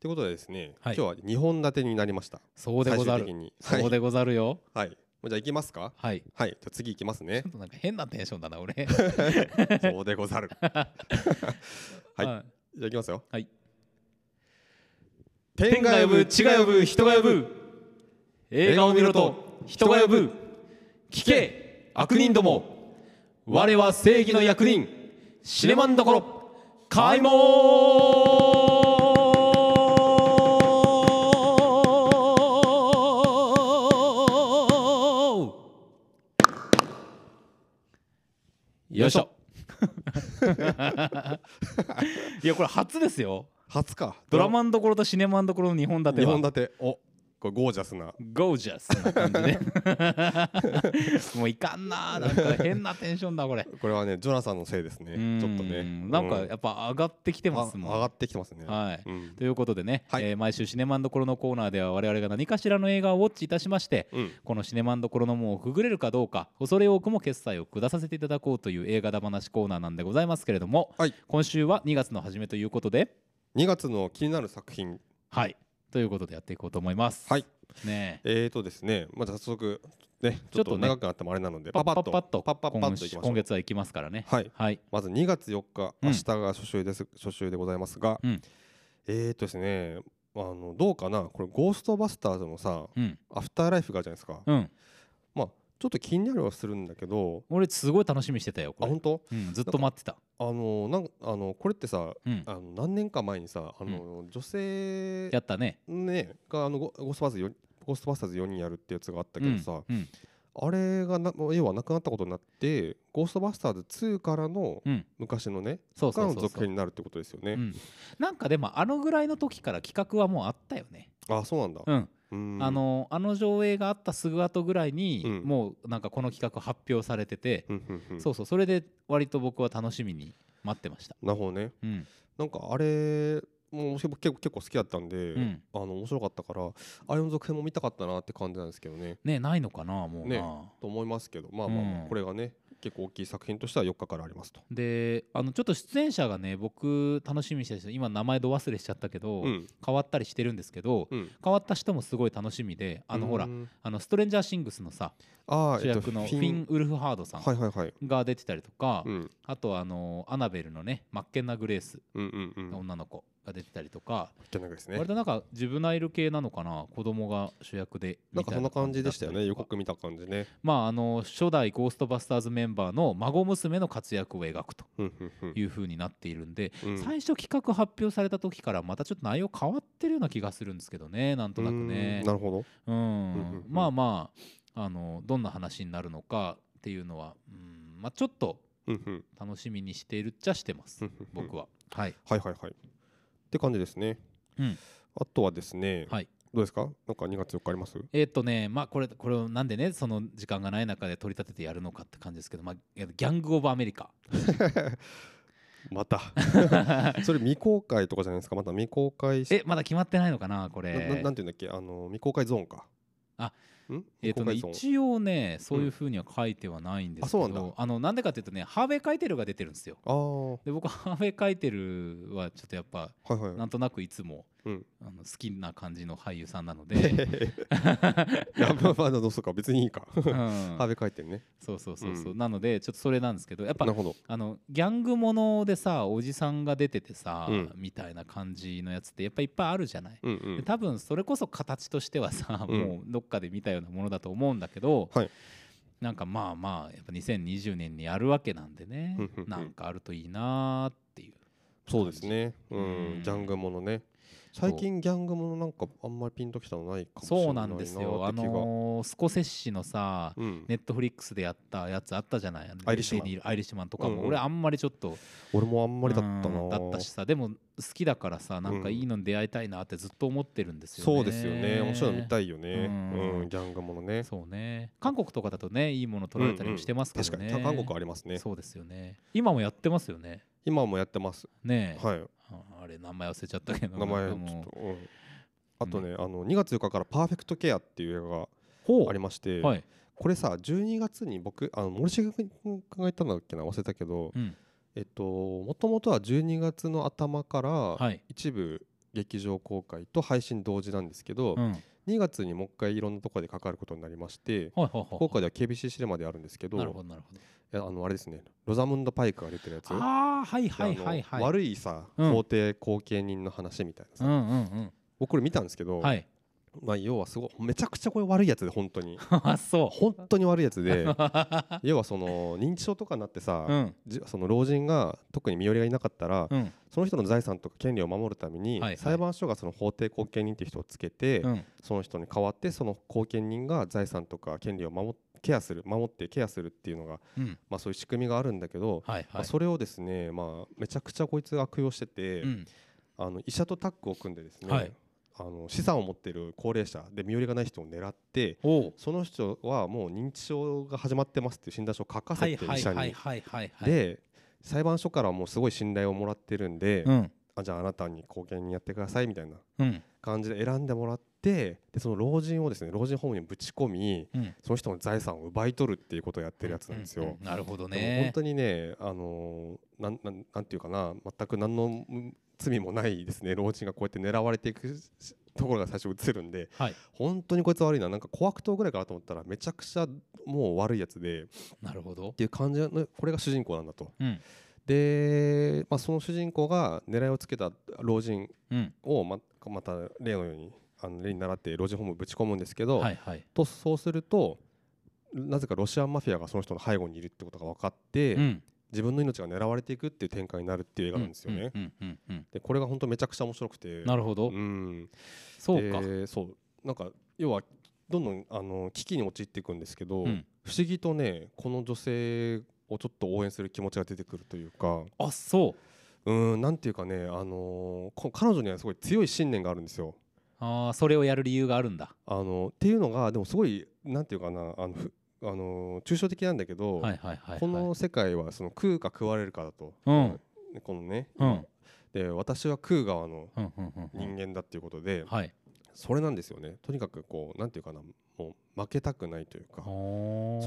Speaker 2: ということでですね、
Speaker 1: はい
Speaker 2: 今日は二本立てになりました。
Speaker 1: そうでござ
Speaker 2: 最終的
Speaker 1: る
Speaker 2: に。は
Speaker 1: そう
Speaker 2: い。
Speaker 1: でござるよ
Speaker 2: はい。もうじゃあ行きますか。
Speaker 1: はい
Speaker 2: はい。じゃあ次行きます
Speaker 1: [LAUGHS]
Speaker 2: ね
Speaker 1: ちょっ。となんか変なテンションだな俺
Speaker 2: そうでご
Speaker 1: [LAUGHS]
Speaker 2: ざる。じゃはい
Speaker 1: うん
Speaker 2: あ行きますよ。
Speaker 1: はい
Speaker 2: 天
Speaker 1: が呼ぶ地が呼ぶ人が呼ぶ映画を見ろと人が呼ぶ聞け悪人ども我は正義の役人シネマンどころ開門 [LAUGHS] よいしょいやこれ初ですよ
Speaker 2: 初か
Speaker 1: ドラマンどころとシネマンどころの2本立て
Speaker 2: 2
Speaker 1: は
Speaker 2: 本立ておこれゴージャスな
Speaker 1: ゴージャスな感じね [LAUGHS] もういかんななんか変なテンションだこれ
Speaker 2: これはねジョナサンのせいですねちょっと
Speaker 1: う
Speaker 2: ね
Speaker 1: んなんか
Speaker 2: う
Speaker 1: やっぱ上がってきてます
Speaker 2: あ上
Speaker 1: も
Speaker 2: が
Speaker 1: ん
Speaker 2: ってきてますね
Speaker 1: はい
Speaker 2: うん
Speaker 1: ということでね、
Speaker 2: はい
Speaker 1: えー毎週シネマンどころのコーナーでは我々が何かしらの映画をウォッチいたしまして
Speaker 2: うん
Speaker 1: このシネマンどころの門をくぐれるかどうか恐れ多くも決済を下させていただこうという映画だ話コーナーなんでございますけれども、
Speaker 2: はい
Speaker 1: 今週は2月の初めということで
Speaker 2: 2月の気になる作品
Speaker 1: はいということでやっていこうと思います。
Speaker 2: はい
Speaker 1: ねえ
Speaker 2: えーとですねまあ早速ねち
Speaker 1: ちょ
Speaker 2: ょっ
Speaker 1: っと
Speaker 2: と
Speaker 1: ね
Speaker 2: 長くなってもあれなので
Speaker 1: パ
Speaker 2: パ
Speaker 1: ッパ
Speaker 2: パ
Speaker 1: ッパ
Speaker 2: ッ
Speaker 1: ッと
Speaker 2: とパッパッパッといき
Speaker 1: 今
Speaker 2: ましょ
Speaker 1: 今
Speaker 2: う
Speaker 1: 月はいきますからね。
Speaker 2: はい
Speaker 1: はい、
Speaker 2: まず2月4日
Speaker 1: うん
Speaker 2: 明日が初週です初週でございますが
Speaker 1: うん
Speaker 2: えーとですねあのどうかなこれゴーストバスターズのさ
Speaker 1: うん
Speaker 2: アフターライフがあるじゃないですか
Speaker 1: うん、
Speaker 2: まあちょっと気になるはするんだけど
Speaker 1: 俺すごい楽しみにしてたよ
Speaker 2: あ
Speaker 1: これ
Speaker 2: 本、当
Speaker 1: うん、ずっと待ってた。
Speaker 2: あのなんあのこれってさ
Speaker 1: うん、
Speaker 2: あの何年か前にさあの、女性
Speaker 1: やったね。
Speaker 2: ねがあのゴゴーストバスターズよゴーストバスターズ4人やるってやつがあったけどさ、
Speaker 1: うんうん
Speaker 2: あれがな要はなくなったことになってゴーストバスターズ2からの
Speaker 1: うん
Speaker 2: 昔のね、
Speaker 1: そう
Speaker 2: か
Speaker 1: そ
Speaker 2: ら
Speaker 1: う
Speaker 2: の
Speaker 1: そう
Speaker 2: 続
Speaker 1: そう
Speaker 2: 編、になるってことですよね、
Speaker 1: うん、なんかでもあのぐらいの時から企画はもうあったよね。
Speaker 2: あそうなんだ、
Speaker 1: うん、
Speaker 2: うん
Speaker 1: あのあの上映があったすぐ後ぐらいに、
Speaker 2: うん
Speaker 1: もうなんかこの企画発表されてて、
Speaker 2: うんうんうん
Speaker 1: そうそうそれで割と僕は楽しみに待ってました、
Speaker 2: なるほどね
Speaker 1: うん
Speaker 2: なんかあれもう結構結構好きだったんで、
Speaker 1: うん
Speaker 2: あの面白かったからあれの続編も見たかったなって感じなんですけどね
Speaker 1: ねないのかなもうな、
Speaker 2: ねと思いますけどまあまあまあ、
Speaker 1: うん
Speaker 2: これがね結構大きい作品としては4日からありますと。
Speaker 1: であのちょっと出演者がね僕楽しみにしてる人今名前ど忘れしちゃったけど、
Speaker 2: うん
Speaker 1: 変わったりしてるんですけど、
Speaker 2: うん、
Speaker 1: 変わった人もすごい楽しみであのほら、
Speaker 2: うん
Speaker 1: あのストレンジャーシングスのさ
Speaker 2: あー
Speaker 1: 主役の
Speaker 2: えっ
Speaker 1: フ
Speaker 2: と
Speaker 1: ィン・ウルフハードさ
Speaker 2: はい
Speaker 1: ん
Speaker 2: はいはい、
Speaker 1: が出てたりとか、
Speaker 2: うん、うん
Speaker 1: あとあのアナベルのねマッケンナ・グレース
Speaker 2: うんうん
Speaker 1: の女の子が出てたりとか、
Speaker 2: じゃないですね
Speaker 1: 割となんかジュブナイル系なのかな子供が主役で
Speaker 2: なんかそんな感じでしたよね
Speaker 1: みい
Speaker 2: 予
Speaker 1: な感じだったりとか
Speaker 2: 告見た感じね
Speaker 1: まああの初代ゴーストバスターズメンバーの孫娘の活躍を描くと
Speaker 2: うんうんうん
Speaker 1: いう風になっているんで、
Speaker 2: うん
Speaker 1: 最初企画発表された時からまたちょっと内容変わってるような気がするんですけどねなんとなくね
Speaker 2: うーんなるほど
Speaker 1: うん
Speaker 2: うんうんうん
Speaker 1: まあまああのどんな話になるのかっていうのはうんまあちょっと
Speaker 2: うんうん
Speaker 1: 楽しみにしているっちゃしてます、
Speaker 2: うんうんうん
Speaker 1: 僕ははい
Speaker 2: はいはいはいって感じですね
Speaker 1: うん
Speaker 2: あとはですね
Speaker 1: はい
Speaker 2: どうですかなんか2月4日あります
Speaker 1: えーっとね、まあ、これこれをなんでねその時間がない中で取り立ててやるのかって感じですけど、まあ、ギャング・オブ・アメリカ [LAUGHS]
Speaker 2: またそれ未公開とかじゃないですかまだ未公開し
Speaker 1: えまだ決まってないのかなこ
Speaker 2: なな
Speaker 1: れ
Speaker 2: なんていうんだっけあの未公開ゾーンか
Speaker 1: あ
Speaker 2: ん
Speaker 1: えー
Speaker 2: 未
Speaker 1: っとね、
Speaker 2: 公開ゾーン
Speaker 1: 一応ねそういうふうには書いてはないんですけど、
Speaker 2: あそうなんだ
Speaker 1: あのなんでかっていうとねハーベイ・カイテルが出てるんですよ
Speaker 2: ああは
Speaker 1: で僕ハーベイ・カイテルはちょっとやっぱ
Speaker 2: いはい
Speaker 1: なんとなくいつも、
Speaker 2: うん
Speaker 1: あの好きな感じの俳優さんな
Speaker 2: [LAUGHS]
Speaker 1: ので、
Speaker 2: いやまあまあどうするか別にいいか
Speaker 1: うん
Speaker 2: ハーベイ書いてるね
Speaker 1: そうそうそうそう、
Speaker 2: うん
Speaker 1: なのでちょっとそれなんですけどやっぱ
Speaker 2: なるほど
Speaker 1: あのギャングものでさおじさんが出ててさ、
Speaker 2: うん
Speaker 1: みたいな感じのやつってやっぱいっぱいあるじゃない、
Speaker 2: うんう
Speaker 1: で
Speaker 2: ん
Speaker 1: 多分それこそ形としてはさ、
Speaker 2: うん
Speaker 1: もうどっかで見たようなものだと思うんだけど、
Speaker 2: はい
Speaker 1: なんかまあまあやっぱ2020年にやるわけなんでね、
Speaker 2: うんうんうん
Speaker 1: なんかあるといいなーっていう
Speaker 2: そうですね。う
Speaker 1: うん
Speaker 2: ん、ギャングものね。
Speaker 1: そう
Speaker 2: 最近ギャングものなんかあんまりピンときたのないかもしれない
Speaker 1: そうなんですよ
Speaker 2: な
Speaker 1: あ
Speaker 2: って気が
Speaker 1: のースコセッシのさ、
Speaker 2: うん、
Speaker 1: ネットフリックスでやったやつあったじゃないあの
Speaker 2: アイリッシュマン
Speaker 1: ディズニーアイリッシュマンとかも、
Speaker 2: うんうん
Speaker 1: 俺あんまりちょっと
Speaker 2: 俺もあんまりだったな
Speaker 1: うんだったしさでも好きだからさなんか
Speaker 2: うん
Speaker 1: いいのに出会いたいなってずっと思ってるんですよね
Speaker 2: そうですよね面白いの見たいよね
Speaker 1: う
Speaker 2: うんん、ギャングものね
Speaker 1: そうね韓国とかだとねいいもの取られたりもしてますけ
Speaker 2: 確
Speaker 1: ど
Speaker 2: か
Speaker 1: ね、
Speaker 2: に韓国ありますね
Speaker 1: そうですよね今もやってますよね
Speaker 2: 今もやってます
Speaker 1: ねえ、
Speaker 2: はい
Speaker 1: ああれ名前忘れちゃったけど
Speaker 2: 名前
Speaker 1: な
Speaker 2: ちょ
Speaker 1: んかも
Speaker 2: っと、うん、あとね、あの2月4日から「パーフェクトケア」っていう映画
Speaker 1: ほう
Speaker 2: がありまして、
Speaker 1: はい、
Speaker 2: これさ12月に僕あの森重君が言ったんだっけな忘れたけど
Speaker 1: うん
Speaker 2: えっともともとは12月の頭から、
Speaker 1: はい
Speaker 2: 一部劇場公開と配信同時なんですけど、
Speaker 1: うん、はい
Speaker 2: 2月にもう一回いろんなところでかかることになりまして
Speaker 1: はいはい
Speaker 2: 福岡では KBC シネマであるんですけど
Speaker 1: なるほどなるほど
Speaker 2: いやあのあれですねロザムンド・パイクが出てるやつ
Speaker 1: ああはいはいはい
Speaker 2: あ
Speaker 1: は
Speaker 2: の
Speaker 1: い
Speaker 2: 悪いさ、
Speaker 1: うん
Speaker 2: 法廷後見人の話みたいなさ、
Speaker 1: うんうん
Speaker 2: 僕これ見たんですけど、
Speaker 1: うんはい [LAUGHS]
Speaker 2: まあ、要はすごいめちゃくちゃこれ悪いやつで本当に
Speaker 1: あそ
Speaker 2: 本当に悪いやつで
Speaker 1: う
Speaker 2: 要はその認知症とかになってさ、
Speaker 1: うん
Speaker 2: じその老人が特に身寄りがいなかったら、
Speaker 1: うん
Speaker 2: その人の財産とか権利を守るために、
Speaker 1: はいはい
Speaker 2: 裁判所がその法廷後見人っていう人をつけて、
Speaker 1: うん
Speaker 2: その人に代わってその後見人が財産とか権利を守っケアする守ってケアするっていうのが、
Speaker 1: うん
Speaker 2: まあ、そういう仕組みがあるんだけど、
Speaker 1: はい
Speaker 2: ま
Speaker 1: は
Speaker 2: あ
Speaker 1: い
Speaker 2: それをですね、まあ、めちゃくちゃこいつが悪用してて、
Speaker 1: うん
Speaker 2: あの医者とタッグを組んでですね、
Speaker 1: はい
Speaker 2: あの資産を持っている高齢者で身寄りがない人を狙って
Speaker 1: おう
Speaker 2: その人はもう認知症が始まってますっていう診断書を書かせて医者に。
Speaker 1: はいはいは
Speaker 2: で裁判所からもうすごい信頼をもらってるんで、
Speaker 1: うん
Speaker 2: あじゃああなたに貢献にやってくださいみたいな
Speaker 1: うん
Speaker 2: 感じで選んでもらってでその老人をですね老人ホームにぶち込み
Speaker 1: うん
Speaker 2: その人の財産を奪い取るっていうことをやってるやつなんですよ。
Speaker 1: ううなるほど
Speaker 2: でも本
Speaker 1: ね
Speaker 2: 当にね、あのーなんなんなんていうかな全く何のうん罪もないですね老人がこうやって狙われていくしところが最初映るんで
Speaker 1: はい
Speaker 2: 本当にこいつ悪いななんか小悪党ぐらいかなと思ったらめちゃくちゃもう悪いやつでっ
Speaker 1: なるほど
Speaker 2: ていう感じのこれが主人公なんだと。
Speaker 1: うん
Speaker 2: で、まあ、その主人公が狙いをつけた老人
Speaker 1: うん
Speaker 2: をままた例のようにあの例に倣って老人ホームにぶち込むんですけど、
Speaker 1: はいはい
Speaker 2: とそうするとなぜかロシアンマフィアがその人の背後にいるってことが分かって。
Speaker 1: うん
Speaker 2: 自分の命が狙われていくっていう展開になるっていう映画なんですよね。
Speaker 1: うんうんうん
Speaker 2: でこれが本当めちゃくちゃ面白くて
Speaker 1: うんなるほど
Speaker 2: うん
Speaker 1: そうか
Speaker 2: でそうなんか要はどんどんあの危機に陥っていくんですけど、
Speaker 1: うん
Speaker 2: 不思議とねこの女性をちょっと応援する気持ちが出てくるというか
Speaker 1: あそう
Speaker 2: うんなんていうかね、あのーこ彼女にはすごい強い信念があるんですよ。
Speaker 1: あーそれをやる理由があるんだ
Speaker 2: あのっていうのがでもすごいなんていうかなあの、ふあのー抽象的なんだけど、
Speaker 1: はいはいはいはい
Speaker 2: この世界はその食うか食われるかだと、
Speaker 1: うん
Speaker 2: このね、
Speaker 1: うん
Speaker 2: で私は食う側の
Speaker 1: うんうんうんうん
Speaker 2: 人間だっていうことで、
Speaker 1: はい
Speaker 2: それなんですよねとにかくこうなんていうかなもう負けたくないというか
Speaker 1: そ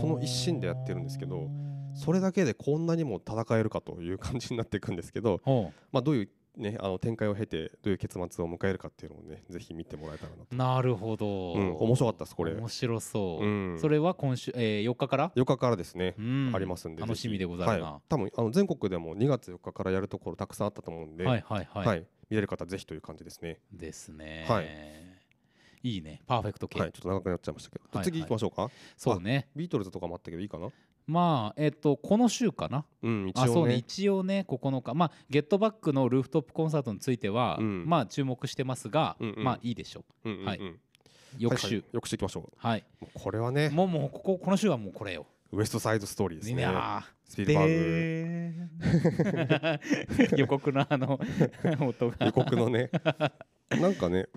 Speaker 2: の一心でやってるんですけどそれだけでこんなにも戦えるかという感じになっていくんですけど、 [LAUGHS]
Speaker 1: ほ
Speaker 2: まあ、どういう、ね、あの展開を経てどういう結末を迎えるかっていうのをねぜひ見てもらえたらな
Speaker 1: う
Speaker 2: と、
Speaker 1: なるほど
Speaker 2: うん、面白かったですこれ、、
Speaker 1: 面白そううんそれは今週えー4日から
Speaker 2: 4日からですね、
Speaker 1: うん
Speaker 2: ありますんで
Speaker 1: 楽しみでござ
Speaker 2: ぜ
Speaker 1: る
Speaker 2: ひ
Speaker 1: な
Speaker 2: は
Speaker 1: はい
Speaker 2: 多分あの全国でも2月4日からやるところたくさんあったと思うん
Speaker 1: い
Speaker 2: で、
Speaker 1: はいはい
Speaker 2: はい見れる方ぜひという感じですね、
Speaker 1: ですね、、
Speaker 2: はい
Speaker 1: いねパーフェクト系、
Speaker 2: はい、ちょっと長くなっちゃいましたけど、
Speaker 1: はい
Speaker 2: 次行きましょうか
Speaker 1: そうね
Speaker 2: ビートルズとかもあったけどいいかな
Speaker 1: まあえっ、とこの週かな
Speaker 2: うん一
Speaker 1: あそ
Speaker 2: 応
Speaker 1: うね
Speaker 2: ね
Speaker 1: 一応ね9日まあゲットバックのルーフトップコンサートについては、
Speaker 2: うん
Speaker 1: まあ注目してますが、
Speaker 2: うんうん
Speaker 1: まあいいでしょう
Speaker 2: うんうんうん
Speaker 1: はい翌週
Speaker 2: 翌週行きましょ
Speaker 1: はい、
Speaker 2: うもうこれはね
Speaker 1: もうもうこここの週はもうこれよ
Speaker 2: ウエストサイドストーリーです
Speaker 1: い
Speaker 2: ね
Speaker 1: や
Speaker 2: スピ
Speaker 1: ー
Speaker 2: ルバーグ
Speaker 1: でーん [LAUGHS] 予告のあの音が
Speaker 2: 予告
Speaker 1: [LAUGHS]
Speaker 2: のねなんかね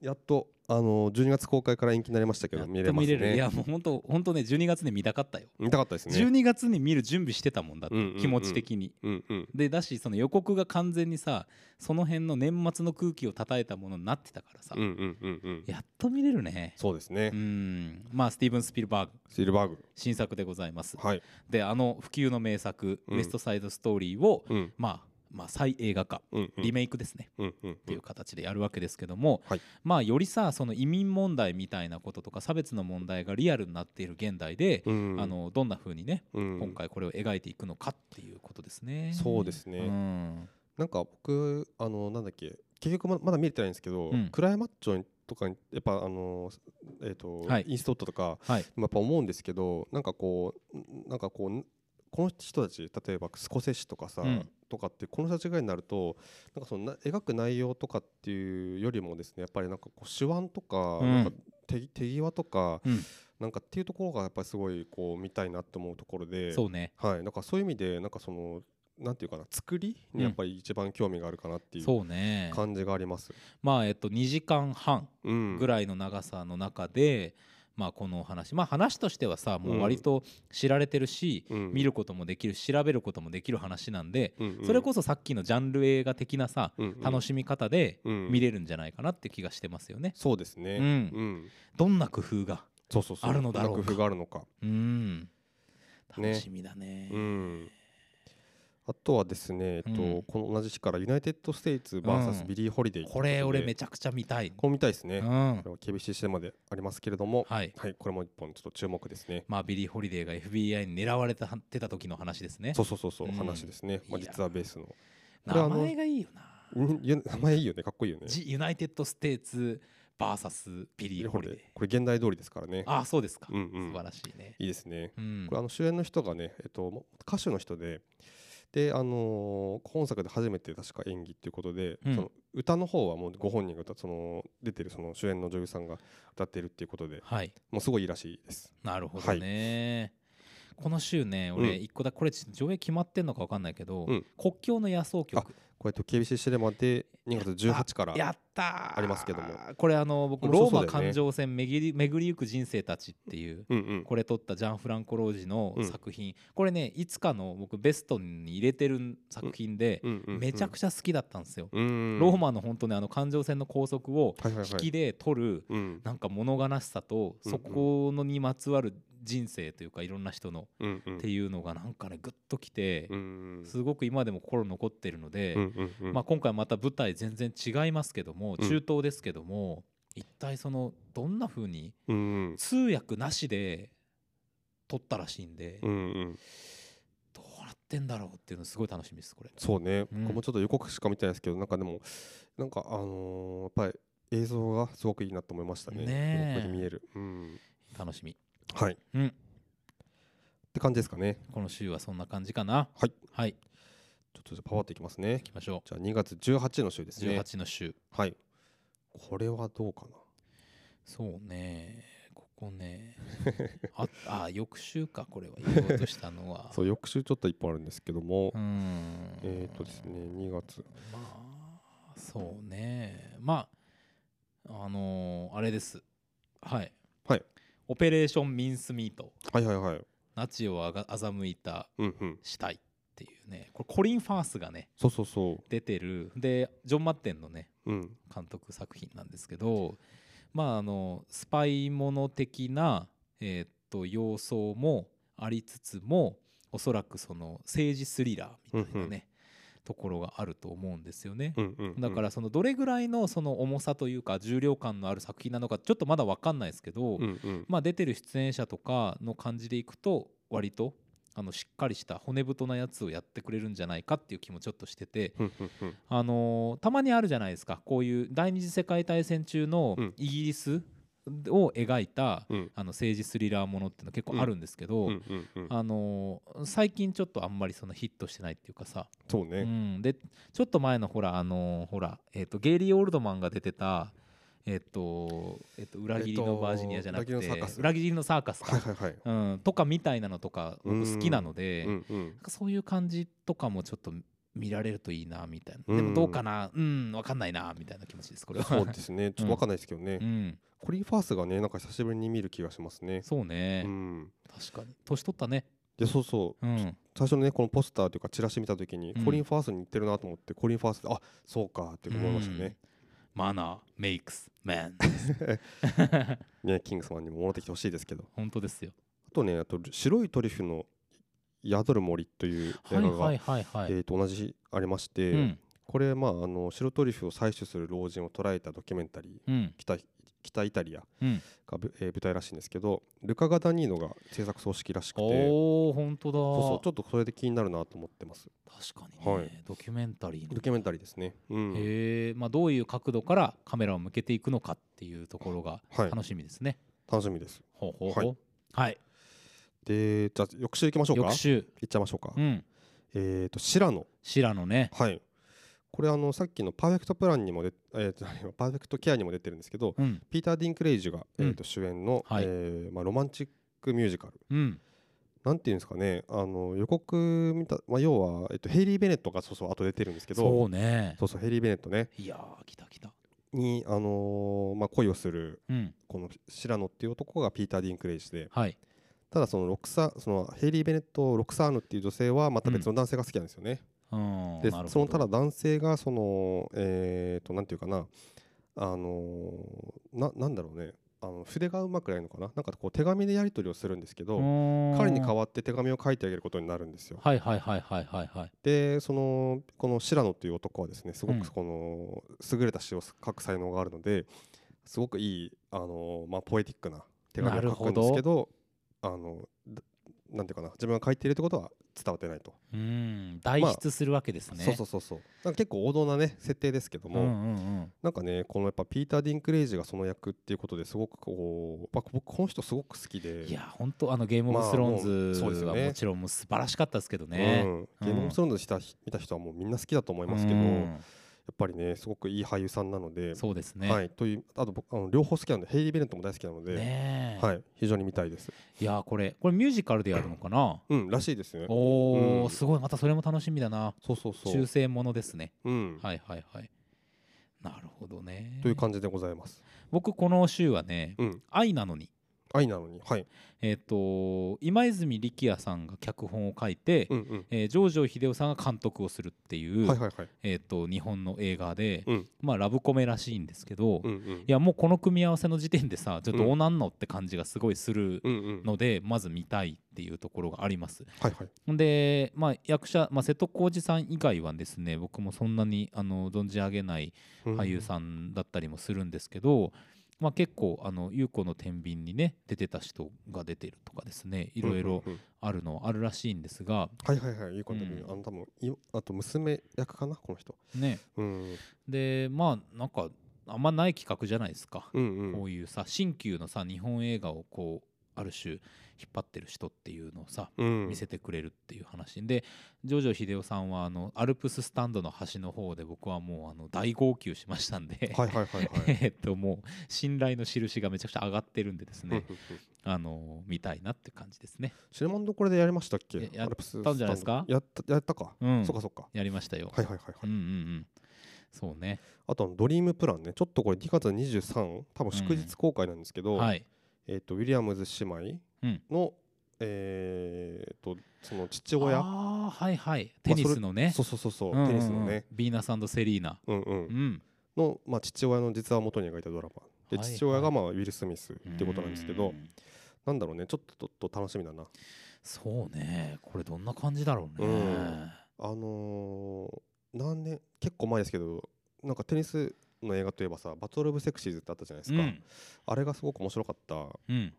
Speaker 2: やっとあの12月公開から延期になりましたけ
Speaker 1: や
Speaker 2: ど
Speaker 1: っと
Speaker 2: 見れます
Speaker 1: るい
Speaker 2: ね
Speaker 1: やもう本当本当ね12月で見たかったよ、
Speaker 2: 見たかったですね
Speaker 1: 12月に見る準備してたもんだって、
Speaker 2: うんうんうん
Speaker 1: 気持ち的に
Speaker 2: うんうん
Speaker 1: でだしその予告が完全にさその辺の年末の空気をたたえたものになってたからさ、
Speaker 2: うんうんうんうん
Speaker 1: やっと見れるね
Speaker 2: そうですね
Speaker 1: うんまあスティーブン・スピルバーグ
Speaker 2: スピルバーグ
Speaker 1: 新作でございます
Speaker 2: はい
Speaker 1: であの不朽の名作「
Speaker 2: うん
Speaker 1: ウエスト・サイド・ストーリーを」
Speaker 2: うん
Speaker 1: まあまあ再映画化
Speaker 2: うんうん
Speaker 1: リメイクですね、
Speaker 2: うんうん
Speaker 1: っていう形でやるわけですけども、
Speaker 2: はい
Speaker 1: まあよりさその移民問題みたいなこととか差別の問題がリアルになっている現代で、
Speaker 2: うん
Speaker 1: あのどんな風にね
Speaker 2: うん
Speaker 1: 今回これを描いていくのかっていうことですね。
Speaker 2: そうですね
Speaker 1: うん
Speaker 2: なんか僕あのなんだっけ結局ままだ見れてないんですけど、
Speaker 1: うん
Speaker 2: クライマッチョとかにやっぱあのえっ、と、
Speaker 1: はい
Speaker 2: インストートとか
Speaker 1: はい、
Speaker 2: やっぱ思うんですけどなんかこうんなんかこうんこの人たち例えばスコセッシとかさ、
Speaker 1: うん
Speaker 2: とかってこの人たちぐらいになるとなんかそのな描く内容とかっていうよりもですねやっぱりなんかこう手腕とか,、
Speaker 1: うん
Speaker 2: なんか手手際とか、
Speaker 1: うん
Speaker 2: なんかっていうところがやっぱりすごいこう見たいなって思うところで
Speaker 1: そうね
Speaker 2: はい、なんかそういう意味でなんかそのなんていうかな作り
Speaker 1: うん
Speaker 2: にやっぱり一番興味があるかなっていう
Speaker 1: そうね
Speaker 2: 感じがあります。
Speaker 1: まあえっと2時間半
Speaker 2: うん、
Speaker 1: ぐらいの長さの中で、まあこのお話まあ話としてはさもう割と知られてるし、
Speaker 2: うん
Speaker 1: 見ることもできるし調べることもできる話なんで、
Speaker 2: うんうん
Speaker 1: それこそさっきのジャンル映画的なさ、
Speaker 2: うんうん
Speaker 1: 楽しみ方で
Speaker 2: うん
Speaker 1: 見れるんじゃないかなって気がしてますよね。
Speaker 2: そうですね。
Speaker 1: うん
Speaker 2: うん
Speaker 1: どんな工夫が
Speaker 2: そうそうそう
Speaker 1: あるのだろうか
Speaker 2: どんな工夫があるのか。
Speaker 1: うん
Speaker 2: ね
Speaker 1: 楽しみだね。
Speaker 2: うん。あとはですね、えっと
Speaker 1: うん
Speaker 2: この同じ日からユナイテッド・ステイツ VS ビリー・ホリデー、
Speaker 1: これ俺め
Speaker 2: ちゃ
Speaker 1: ちゃくちゃ見たい。
Speaker 2: これ見たいです
Speaker 1: う
Speaker 2: ね。
Speaker 1: ん
Speaker 2: これは KBC シネマでありますけれども、
Speaker 1: はい
Speaker 2: はい、これも一本ちょっと注目ですね。
Speaker 1: まあ、ビリー・ホリデーが FBI に狙われたてた時の話ですね
Speaker 2: そうそうそうそう、
Speaker 1: うん
Speaker 2: 話ですね。まあ
Speaker 1: いや
Speaker 2: 実はベースの。これ
Speaker 1: 名
Speaker 2: あの
Speaker 1: 前がいいよな
Speaker 2: うんゆ名前いいよね、かっこいいよね。
Speaker 1: ジユナイテッド・ステーツ VS ビリー・ホリデー
Speaker 2: これ現代通りですからね。
Speaker 1: ああそうですか、
Speaker 2: うんうん
Speaker 1: 素晴らしいね、
Speaker 2: いいですね。
Speaker 1: うん
Speaker 2: これあの主演の人がね、えっと、も歌手の人でで、あのー本作で初めて確か演技っていうことで、
Speaker 1: うん
Speaker 2: その歌の方はもうご本人が歌その出てるその主演の女優さんが歌っているっていうことで
Speaker 1: はい
Speaker 2: もうすごいいいらしいです。
Speaker 1: なるほどね、この週ね
Speaker 2: う
Speaker 1: 俺
Speaker 2: ん
Speaker 1: 一個だこれちょっと上映決まってんのか分かんないけど、
Speaker 2: うん
Speaker 1: 国境の野草
Speaker 2: あ
Speaker 1: 曲
Speaker 2: こうやって KBC シネマで2月18から
Speaker 1: やったー
Speaker 2: ありますけども
Speaker 1: これあの僕
Speaker 2: 面白
Speaker 1: ロ
Speaker 2: そ
Speaker 1: ー
Speaker 2: うだよ
Speaker 1: マ
Speaker 2: ね
Speaker 1: 環状線巡り巡りゆく人生たちっていう
Speaker 2: うんうん
Speaker 1: これ撮ったジャン・フランコ・ロージの作品、これねいつかの僕ベストに入れてる作品で
Speaker 2: うんうんうん
Speaker 1: めちゃくちゃ好きだったんですよ、
Speaker 2: うん
Speaker 1: ローマの本当ねあの環状線の高速を
Speaker 2: はいはいはい
Speaker 1: 引きで撮る
Speaker 2: うん
Speaker 1: なんか物悲しさと
Speaker 2: うん
Speaker 1: そこのにまつわる人生というかいろんな人の
Speaker 2: うんうん
Speaker 1: っていうのがなんかねグッときて
Speaker 2: うん
Speaker 1: すごく今でも心残ってるので、
Speaker 2: うんうんうん
Speaker 1: まあ、今回また舞台全然違いますけども
Speaker 2: うん
Speaker 1: 中東ですけども、一体そのどんな風に
Speaker 2: うんうん
Speaker 1: 通訳なしで撮ったらしいんで、
Speaker 2: う
Speaker 1: ど
Speaker 2: んうん
Speaker 1: うなってんだろうっていうのすごい楽しみですこれ。
Speaker 2: そうね、
Speaker 1: うん
Speaker 2: 僕もちょっと予告しか見てないですけどなんかでもなんかあのーやっぱり映像がすごくいいなと思いました
Speaker 1: ね
Speaker 2: ね
Speaker 1: え
Speaker 2: 僕に見える、うん、
Speaker 1: 楽しみ、
Speaker 2: はいっ
Speaker 1: うん、
Speaker 2: て感じですかね
Speaker 1: この週はそんな感じかな
Speaker 2: はい
Speaker 1: はい行
Speaker 2: ちょっとじゃあパワーっていきますね
Speaker 1: きましょ
Speaker 2: じゃあ2月18の週です
Speaker 1: う
Speaker 2: ね
Speaker 1: 18の週
Speaker 2: はいこれはどうかな
Speaker 1: そうねここ
Speaker 2: [LAUGHS]
Speaker 1: ねああ翌週かこれは言おうとしたのは
Speaker 2: [LAUGHS] そう翌週ちょっと一本あるんですけども、
Speaker 1: うーん
Speaker 2: えっ、とですね2月
Speaker 1: まあそうねまああのーあれですはい
Speaker 2: はい
Speaker 1: オペレーションミンスミート
Speaker 2: はいはいはい
Speaker 1: ナチをあが欺いた
Speaker 2: うんうん
Speaker 1: 死体っていうねこれコリン・ファースがね
Speaker 2: そうそうそ
Speaker 1: 出てるでジョン・マッテンのね
Speaker 2: ううん
Speaker 1: 監督作品なんですけどまああのスパイもの的な、えーっと様相もありつつもおそらくその政治スリラーみたいな
Speaker 2: うんう
Speaker 1: ね、ところがあると思うんですよね。
Speaker 2: うんうん、うん、
Speaker 1: だからそのどれぐらいのその重さというか重量感のある作品なのかちょっとまだ分かんないですけど、
Speaker 2: うんうん
Speaker 1: まあ、出てる出演者とかの感じでいくと割とあのしっかりした骨太なやつをやってくれるんじゃないかっていう気もちょっとしてて、
Speaker 2: うんうんうん
Speaker 1: あのーたまにあるじゃないですかこういう第二次世界大戦中の
Speaker 2: うん
Speaker 1: イギリスを描いた、
Speaker 2: うん
Speaker 1: あの政治スリラーものっていうの結構あるんですけど、
Speaker 2: うんうんうん
Speaker 1: あのー最近ちょっとあんまりそのヒットしてないっていうかさ、
Speaker 2: そう
Speaker 1: う
Speaker 2: ね、
Speaker 1: ん、でちょっと前のほらあのーほら、えー、とゲイリー・オールドマンが出てた。えっとえっと、裏切りのバージニアじゃなくて、
Speaker 2: 裏切りのサーカス
Speaker 1: 裏切りのサーカス
Speaker 2: はい
Speaker 1: か、
Speaker 2: はいはい
Speaker 1: うん、とかみたいなのとか僕好きなので、
Speaker 2: うんうん
Speaker 1: なんかそういう感じとかもちょっと見られるといいなみたいな
Speaker 2: うん
Speaker 1: でもどうかなうん分かんないなみたいな気持ちですこれは
Speaker 2: そうですねちょっとわかんないですけどね、
Speaker 1: うん
Speaker 2: コリン・ファースがねなんか久しぶりに見る気がしますね
Speaker 1: そうね、
Speaker 2: うん
Speaker 1: 確かに年取ったね
Speaker 2: でそうそう
Speaker 1: うん
Speaker 2: 最初のねこのポスターというかチラシ見た時に、
Speaker 1: うん
Speaker 2: コリン・ファースに似てるなと思ってコリン・ファースあそうかって思いましたね、
Speaker 1: マナーメイクスマ
Speaker 2: [LAUGHS]
Speaker 1: ン
Speaker 2: ねキングスマンにも戻ってきてほしいですけど
Speaker 1: 本当ですよ
Speaker 2: あとねあと白いトリュフの宿る森という映
Speaker 1: は
Speaker 2: 画
Speaker 1: い
Speaker 2: が、
Speaker 1: はいはいはい、
Speaker 2: えーと同じありまして、
Speaker 1: うん
Speaker 2: これまああの白トリュフを採取する老人を捉えたドキュメンタリー
Speaker 1: うん
Speaker 2: 北北イタリア
Speaker 1: うん
Speaker 2: がぶ、えー舞台らしいんですけどルカ・ガダニーノが制作総指揮らしくて
Speaker 1: おお本当だ
Speaker 2: そうそうちょっとそれで気になるなと思ってます
Speaker 1: 確かにね、
Speaker 2: はい
Speaker 1: ドキュメンタリーの
Speaker 2: ドキュメンタリーですねうん
Speaker 1: へえまあどういう角度からカメラを向けていくのかっていうところが
Speaker 2: はい
Speaker 1: 楽しみですね、
Speaker 2: 楽しみです
Speaker 1: ほうほうほうはい、
Speaker 2: でじゃあ翌週行きましょうか
Speaker 1: 翌週
Speaker 2: 行っちゃいましょうか、
Speaker 1: うん
Speaker 2: えっ、と白野
Speaker 1: 白のね
Speaker 2: はいこれあのさっきのパーフェクトプランにもで、えーと、何パーフェクトケアにも出てるんですけど
Speaker 1: うん
Speaker 2: ピーター・ディンクレイジが、
Speaker 1: うん
Speaker 2: えー、と主演の、
Speaker 1: はい
Speaker 2: えーまあ、ロマンチックミュージカル
Speaker 1: うん
Speaker 2: なんていうんですかねあの予告見た、まあ、要は、えっとヘイリー・ベネットがそうそう後出てるんですけど
Speaker 1: そうね
Speaker 2: そうそうヘイリー・ベネットね
Speaker 1: いやー来た来た
Speaker 2: に、あのーまあ、恋をする
Speaker 1: うん
Speaker 2: この白野っていう男がピーター・ディンクレイジで
Speaker 1: はい
Speaker 2: ただそのロクサそのヘイリー・ベネット・ロクサーヌっていう女性はまた別の男性が好きなんですよね、
Speaker 1: うんな
Speaker 2: で
Speaker 1: るほど
Speaker 2: そのただ男性がそのえー、となんていうかなあのーななんだろうねあの筆がうまくないのかななんかこう手紙でやり取りをするんですけど彼
Speaker 1: 彼
Speaker 2: に代
Speaker 1: わ
Speaker 2: わって手紙を書いてあげることになるんですよ
Speaker 1: はいはいはいはいはいはい
Speaker 2: でそのこの白野という男はですねすご
Speaker 1: うん
Speaker 2: くこの優れた詩を書く才能があるのですごくいいあの、まあ、ポエティックな手紙
Speaker 1: な
Speaker 2: を
Speaker 1: る
Speaker 2: 書
Speaker 1: ほ
Speaker 2: くん
Speaker 1: ど
Speaker 2: ですけどあのだなんていうかな自分が書いているってことは伝わってないと、
Speaker 1: うん代筆するわけですね、
Speaker 2: そうそううそうそうなんか結構王道なね設定ですけども、
Speaker 1: んうんうん
Speaker 2: なんかねこのやっぱピーター・ディンクレイジがその役っていうことですごくこう、まあ、僕この人すごく好きで
Speaker 1: いや本当あのゲームオブスローン
Speaker 2: まあもうそうです
Speaker 1: ズ
Speaker 2: よ
Speaker 1: は
Speaker 2: ね
Speaker 1: もちろんもう素晴らしかったですけどね
Speaker 2: う、ん、ゲームオブスローンズした見た人はもうみんな好きだと思いますけど、
Speaker 1: うん
Speaker 2: っぱりねすごくいい俳優さんなので、
Speaker 1: そうですね。
Speaker 2: はい、というあと僕あの両方好きなのでヘイリー・ベネットも大好きなので、
Speaker 1: ねえ
Speaker 2: はい、非常に見たいです。
Speaker 1: いやーこれこれミュージカルでやるのかな
Speaker 2: うん、らしいですね。
Speaker 1: おお、
Speaker 2: うん
Speaker 1: すごいまたそれも楽しみだな
Speaker 2: そうそうそ
Speaker 1: 中
Speaker 2: う。
Speaker 1: 性ものですね
Speaker 2: うん、
Speaker 1: はいはいはいなるほどね
Speaker 2: という感じでございます。
Speaker 1: 僕この週はね
Speaker 2: うん、
Speaker 1: 「愛なのに
Speaker 2: 愛なのに、はい、」
Speaker 1: えっ、と今泉力也さんが脚本を書いて、
Speaker 2: うん
Speaker 1: えー、ジョージョ秀夫さんが監督をするっていうう、
Speaker 2: ん、はいはいはい、
Speaker 1: えー、と日本の映画で、
Speaker 2: うん
Speaker 1: まあ、ラブコメらしいんですけど、
Speaker 2: う
Speaker 1: い
Speaker 2: んうん、
Speaker 1: やもうこの組み合わせの時点でさちょっとどうなんのって感じがすごいする
Speaker 2: うんうん、
Speaker 1: ので、まず見たいっていうところがあります。
Speaker 2: はいはい、
Speaker 1: で、まあ、役者、まあ、瀬戸康史さん以外はですね僕もそんなにあの存じ上げない
Speaker 2: うん
Speaker 1: 俳優さんだったりもするんですけど、まあ、結構あの「優子の天秤」にね出てた人が出てるとかですねいろいろ
Speaker 2: うんうんうん
Speaker 1: あるのはあるらしいんですが、
Speaker 2: はいはいはい、いいこと言う、
Speaker 1: うん
Speaker 2: あの多分いあと娘役かなこの人。
Speaker 1: ね
Speaker 2: うん
Speaker 1: でまあなんかあんまない企画じゃないですか、
Speaker 2: うんうん。
Speaker 1: こういうさ新旧のさ日本映画をこうある種引っ張ってる人っていうのをさ
Speaker 2: うん、
Speaker 1: 見せてくれるっていう話でジョジョ秀夫さんはあのアルプススタンドの端の方で僕はもうあの大号泣しましたん
Speaker 2: [LAUGHS]
Speaker 1: で、
Speaker 2: はいはいは
Speaker 1: [LAUGHS]
Speaker 2: いはい。
Speaker 1: えっともう信頼の印がめちゃくちゃ上がってるんでです
Speaker 2: うんう
Speaker 1: ね
Speaker 2: ん、うん
Speaker 1: あの見たいなって感じですね。
Speaker 2: シネマンドこれでやりましたっけ
Speaker 1: やや
Speaker 2: アルプス
Speaker 1: ったんじゃないですか
Speaker 2: スタンドやったやったか、
Speaker 1: うん
Speaker 2: そっかそっか
Speaker 1: やりましたよ。
Speaker 2: はいはいはいは
Speaker 1: う
Speaker 2: い、
Speaker 1: んうんうん。そうね。
Speaker 2: あとあのドリームプランねちょっとこれ2月23多分祝日公開なんですけど、
Speaker 1: はい。
Speaker 2: えー、とウィリアムズ姉妹
Speaker 1: うん
Speaker 2: の、えー、とその父親、
Speaker 1: ああはいはい。テニスのね。
Speaker 2: そうそうそうそう、
Speaker 1: うんうんうん
Speaker 2: テニスのね、
Speaker 1: ビーナスセリーナ。
Speaker 2: うんうん
Speaker 1: うん。
Speaker 2: の、まあ、父親の実話を元に描いたドラマで、
Speaker 1: はい
Speaker 2: 父親が、まあ、ウィル・スミスってことなんですけど、
Speaker 1: うん
Speaker 2: なんだろうねちょっとちょっと楽しみだな
Speaker 1: そうね。これどんな感じだろうね。
Speaker 2: うんあのー何年結構前ですけどなんかテニスの映画といえばさ「バトル・オブ・セクシーズ」ってあったじゃないですか、
Speaker 1: うん
Speaker 2: あれがすごく面白かった
Speaker 1: うん。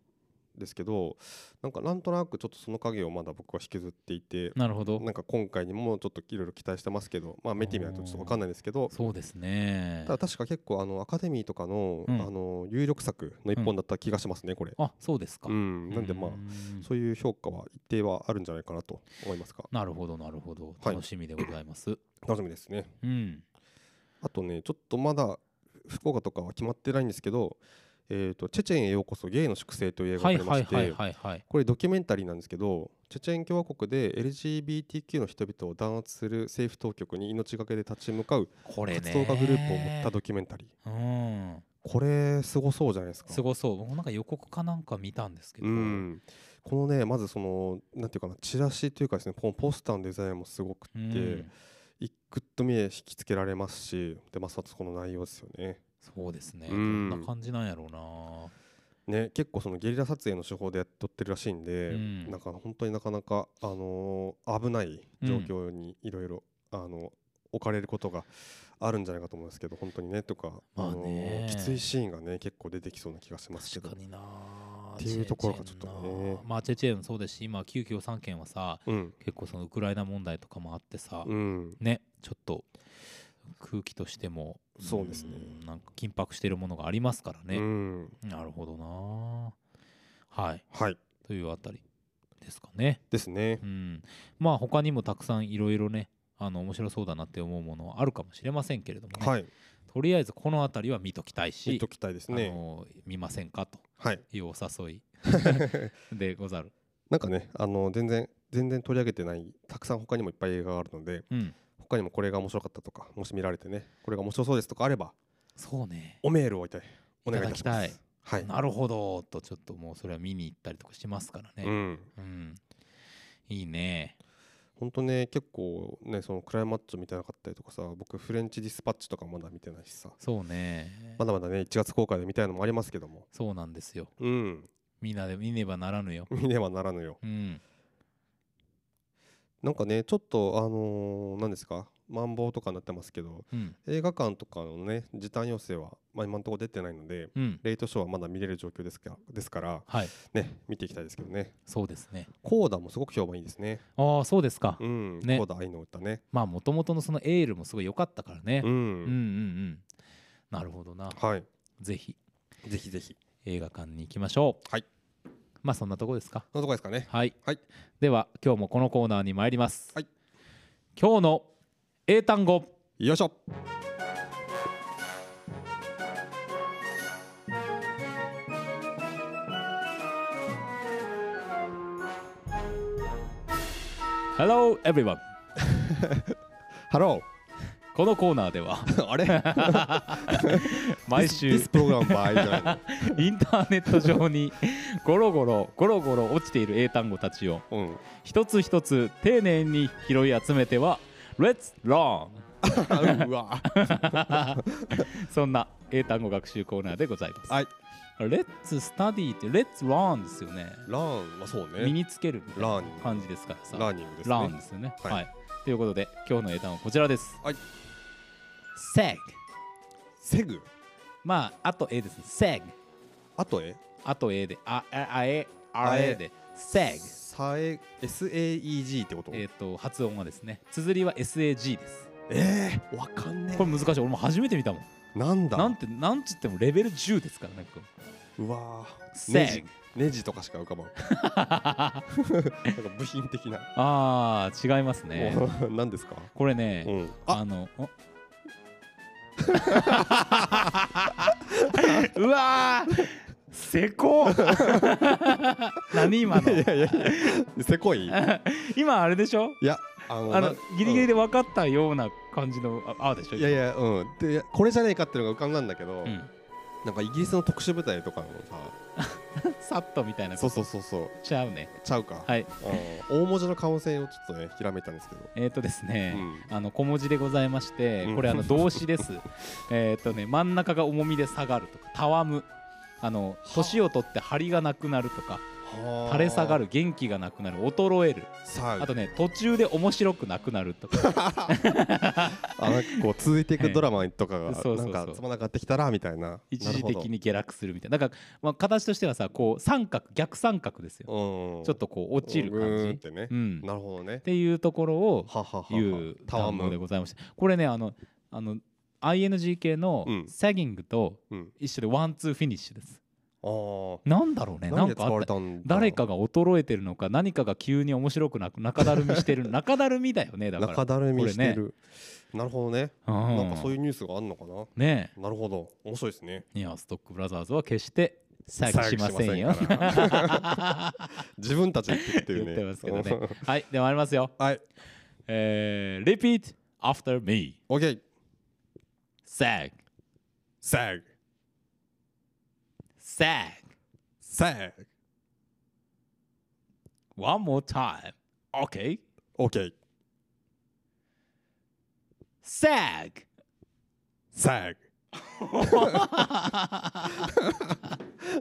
Speaker 2: ですけどなんかなんとなくちょっとその影をまだ僕は引きずっていて
Speaker 1: なるほど。
Speaker 2: なんか今回にもちょっといろいろ期待してますけど、まあ、見てみないとちょっと分かんないですけど
Speaker 1: そうですね
Speaker 2: た。だ確か結構あのアカデミーとかの,、
Speaker 1: うん
Speaker 2: あの有力作の一本だった気がしますね、これ。
Speaker 1: あそうですか。
Speaker 2: うん、なんでまあ
Speaker 1: うん
Speaker 2: そういう評価は一定はあるんじゃないかなと思いますが
Speaker 1: なるほどなるほど。
Speaker 2: はい
Speaker 1: 楽しみでございます。
Speaker 2: 楽しみですね
Speaker 1: うん。
Speaker 2: あとねちょっとまだ福岡とかは決まってないんですけど「えー、とチェチェンへようこそゲイの粛清」という映画が
Speaker 1: は
Speaker 2: あ
Speaker 1: い
Speaker 2: りま
Speaker 1: はい
Speaker 2: して、
Speaker 1: はいはいはい。
Speaker 2: これドキュメンタリーなんですけどチェチェン共和国で LGBTQ の人々を弾圧する政府当局に命がけで立ち向かう
Speaker 1: これね。
Speaker 2: 活動家グループを持ったドキュメンタリー
Speaker 1: うん。
Speaker 2: これすごそうじゃないですか
Speaker 1: すごそう僕もなんか予告かなんか見たんですけど、
Speaker 2: うん、このねまずそのなんていうかなチラシというかですねこのポスターのデザインもすごく
Speaker 1: う
Speaker 2: っ
Speaker 1: ん
Speaker 2: て、いグッと見え引きつけられますしでまさとこの内容ですよね。
Speaker 1: そうですね、
Speaker 2: うん
Speaker 1: どんな感じなんやろうな
Speaker 2: ね結構そのゲリラ撮影の手法でやっとってるらしいんで、
Speaker 1: うん
Speaker 2: なんか本当になかなか、あのー危ない状況にいろいろあの置かれることがあるんじゃないかと思うんですけど本当にねとか、
Speaker 1: まあ
Speaker 2: のー
Speaker 1: ね
Speaker 2: きついシーンがね結構出てきそうな気がしますけ
Speaker 1: 確
Speaker 2: ど
Speaker 1: か。にな
Speaker 2: っていうところがちょっとね
Speaker 1: チェチェンなまあチェチェンもそうですし今旧共産圏はさ
Speaker 2: うん、
Speaker 1: 結構そのウクライナ問題とかもあってさ、
Speaker 2: うん、
Speaker 1: ねちょっと空気としても
Speaker 2: そうですね
Speaker 1: んなんか緊迫してるものがありますから
Speaker 2: う
Speaker 1: ね、
Speaker 2: ん、
Speaker 1: なるほどなはい
Speaker 2: はい
Speaker 1: というあたりですかね
Speaker 2: ですね
Speaker 1: う。ん、まあ他にもたくさんいろいろねあの面白そうだなって思うものはあるかもしれませんけれどもね、
Speaker 2: はい、
Speaker 1: とりあえずこの辺りは見ときたい
Speaker 2: 見
Speaker 1: し
Speaker 2: ときたいです
Speaker 1: あ
Speaker 2: ね。
Speaker 1: の見ませんかと
Speaker 2: はい。
Speaker 1: いうお誘い
Speaker 2: [LAUGHS]
Speaker 1: でござる。
Speaker 2: なんかね、あの全然全然取り上げてないたくさん他にもいっぱい映画があるので
Speaker 1: うん、
Speaker 2: 他にもこれが面白かったとかもし見られてねこれが面白そうですとかあれば
Speaker 1: そうね、
Speaker 2: おメールをいたいお願いいたしま
Speaker 1: いただき
Speaker 2: す。はい。
Speaker 1: なるほどとちょっともうそれは見に行ったりとかしますから
Speaker 2: う
Speaker 1: ね。
Speaker 2: ん。
Speaker 1: うんいいね。
Speaker 2: 本当ね結構ねそのクライマッチョ見てなかったりとかさ僕フレンチディスパッチとかまだ見てないしさ
Speaker 1: そうね。
Speaker 2: まだまだね1月公開で見たいのもありますけども
Speaker 1: そうなんですよ。
Speaker 2: うん [LAUGHS]
Speaker 1: みんなで見ねばならぬよ。
Speaker 2: 見ねばならぬよ
Speaker 1: うん、
Speaker 2: なんかねちょっとあのー何ですかマンボウとかになってますけど
Speaker 1: うん、
Speaker 2: 映画館とかのね時短要請は、まあ、今のところ出てないので
Speaker 1: うん。
Speaker 2: レイトショーはまだ見れる状況ですかですから
Speaker 1: はい、
Speaker 2: ね見ていきたいですけどね
Speaker 1: そうですね。
Speaker 2: コーダもすごく評判いいですね
Speaker 1: ああ、そうですか。
Speaker 2: うん、
Speaker 1: ね
Speaker 2: コーダ愛の歌ね
Speaker 1: まあもともとのそのエールもすごい良かったからね。
Speaker 2: うん、
Speaker 1: うんうんうん。なるほどな。
Speaker 2: はい
Speaker 1: ぜひ
Speaker 2: ぜひぜひ
Speaker 1: 映画館に行きましょう。
Speaker 2: はい。
Speaker 1: まあそんなとこですか。
Speaker 2: そのとこですかね
Speaker 1: はい。
Speaker 2: はい
Speaker 1: では今日もこのコーナーに参ります。
Speaker 2: はい。
Speaker 1: 今日の英単語。
Speaker 2: よいしょ
Speaker 1: Hello everyone
Speaker 2: ハロ
Speaker 1: このコーナーで
Speaker 2: [LAUGHS]
Speaker 1: は
Speaker 2: ー [LAUGHS] あれ
Speaker 1: [LAUGHS] 毎
Speaker 2: This
Speaker 1: 週
Speaker 2: this program by じゃないの
Speaker 1: インターネット上にゴロゴロゴロゴロ落ちている英単語たちを
Speaker 2: うん
Speaker 1: 一つ一つ丁寧に拾い集めては Let's Learn [LAUGHS]
Speaker 2: あうわ
Speaker 1: そんな英単語学習コーナーでございます、
Speaker 2: はい
Speaker 1: Let's Study って Let's Learn ですよね
Speaker 2: ランまあそう
Speaker 1: 身
Speaker 2: ね
Speaker 1: につけるみたいな
Speaker 2: ラン
Speaker 1: 感じですからさ
Speaker 2: ラーニングですね
Speaker 1: ラーンですよねは、
Speaker 2: はいい
Speaker 1: ということで今日の英単語はこちらです
Speaker 2: はい
Speaker 1: SEG
Speaker 2: セグ
Speaker 1: まああと A ですね SEG
Speaker 2: あとえ
Speaker 1: あと A であああえあえで SEG
Speaker 2: サエ SAEG ってこと
Speaker 1: えっ、と発音はですね綴りは SAG です
Speaker 2: えーわかんね
Speaker 1: これ難しい俺も初めて見たもん
Speaker 2: えなんだ
Speaker 1: なんてなんつってもレベル10ですからねこれ
Speaker 2: うわーネジ
Speaker 1: SAG
Speaker 2: ネジとかしか
Speaker 1: [LAUGHS]
Speaker 2: 浮かばんなんか部品的な
Speaker 1: あー違いますね
Speaker 2: お [LAUGHS] 何ですか
Speaker 1: これね、
Speaker 2: うんあ
Speaker 1: あの
Speaker 2: [LAUGHS]
Speaker 1: おうわーせこ [LAUGHS] 何今の
Speaker 2: いやいやいやせこいい
Speaker 1: 今あれでしょ
Speaker 2: やあの
Speaker 1: あ
Speaker 2: な
Speaker 1: のギリギリ
Speaker 2: う
Speaker 1: で分かったような感じのああでしょ
Speaker 2: んいやいやうんでこれじゃねえかっていうのが浮かんだんだけど、
Speaker 1: うん
Speaker 2: なんかイギリスの特殊部隊とかの
Speaker 1: さっとみたいな
Speaker 2: さそう
Speaker 1: う
Speaker 2: そうそうそう
Speaker 1: ちゃうね
Speaker 2: ちゃうか、
Speaker 1: はい
Speaker 2: うん大文字の可能性をちょっとねひらめいたんですけど、
Speaker 1: えっ、ー、とですね、
Speaker 2: うん
Speaker 1: あの小文字でございまして
Speaker 2: うん
Speaker 1: これあの動詞
Speaker 2: [LAUGHS]
Speaker 1: ですえっとね真ん中が重みで下がるとかたわむあの年を取って張りがなくなるとか垂れ下がる元気がなくなる衰える
Speaker 2: さあ
Speaker 1: あとね途中で面白くなくなる
Speaker 2: [LAUGHS]
Speaker 1: とか
Speaker 2: あなんかこう続いていくドラマとかが
Speaker 1: そうそうそう
Speaker 2: なんかつまんなかってきたらみたいな
Speaker 1: 一時的
Speaker 2: なる
Speaker 1: に下落するみたいなだから、まあ、形としてはさこう三角逆三角ですよ
Speaker 2: ほどうん
Speaker 1: ちょっとこう落ちる
Speaker 2: うーん
Speaker 1: 感
Speaker 2: っ
Speaker 1: じ、
Speaker 2: てね、
Speaker 1: うん、っ
Speaker 2: なるほどね
Speaker 1: ていうところを
Speaker 2: はははは
Speaker 1: いう
Speaker 2: たわ
Speaker 1: 単語で
Speaker 2: む
Speaker 1: ございましたこれねあのあの ING 系の
Speaker 2: うん
Speaker 1: sagging と
Speaker 2: うん
Speaker 1: 一緒でワンツーフィニッシュです、
Speaker 2: あー
Speaker 1: なんだろうねな
Speaker 2: 何
Speaker 1: ん
Speaker 2: で使
Speaker 1: かあ
Speaker 2: わ
Speaker 1: っ
Speaker 2: れ
Speaker 1: た
Speaker 2: たんだ
Speaker 1: 誰かが衰えてるのか何かが急に面白くなく中だるみして
Speaker 2: [LAUGHS]
Speaker 1: る中だるみだよねだから
Speaker 2: 中だるみして
Speaker 1: こ
Speaker 2: る、なるほどね、
Speaker 1: うん
Speaker 2: なんかそういうニュースがあるのかな
Speaker 1: ね
Speaker 2: なるほど面白いですね
Speaker 1: えいやストックブラザーズは決して詐欺しませ [LAUGHS] んよ
Speaker 2: 詐欺しませんから自分たちで言ってってい
Speaker 1: 言
Speaker 2: う
Speaker 1: っ
Speaker 2: ね
Speaker 1: てますけどねはいではありますよ
Speaker 2: [LAUGHS] はい
Speaker 1: えー、repeat after me
Speaker 2: OK
Speaker 1: sag
Speaker 2: サグ
Speaker 1: sag
Speaker 2: サグ
Speaker 1: one more time okay
Speaker 2: OK
Speaker 1: sag [LAUGHS]
Speaker 2: サグ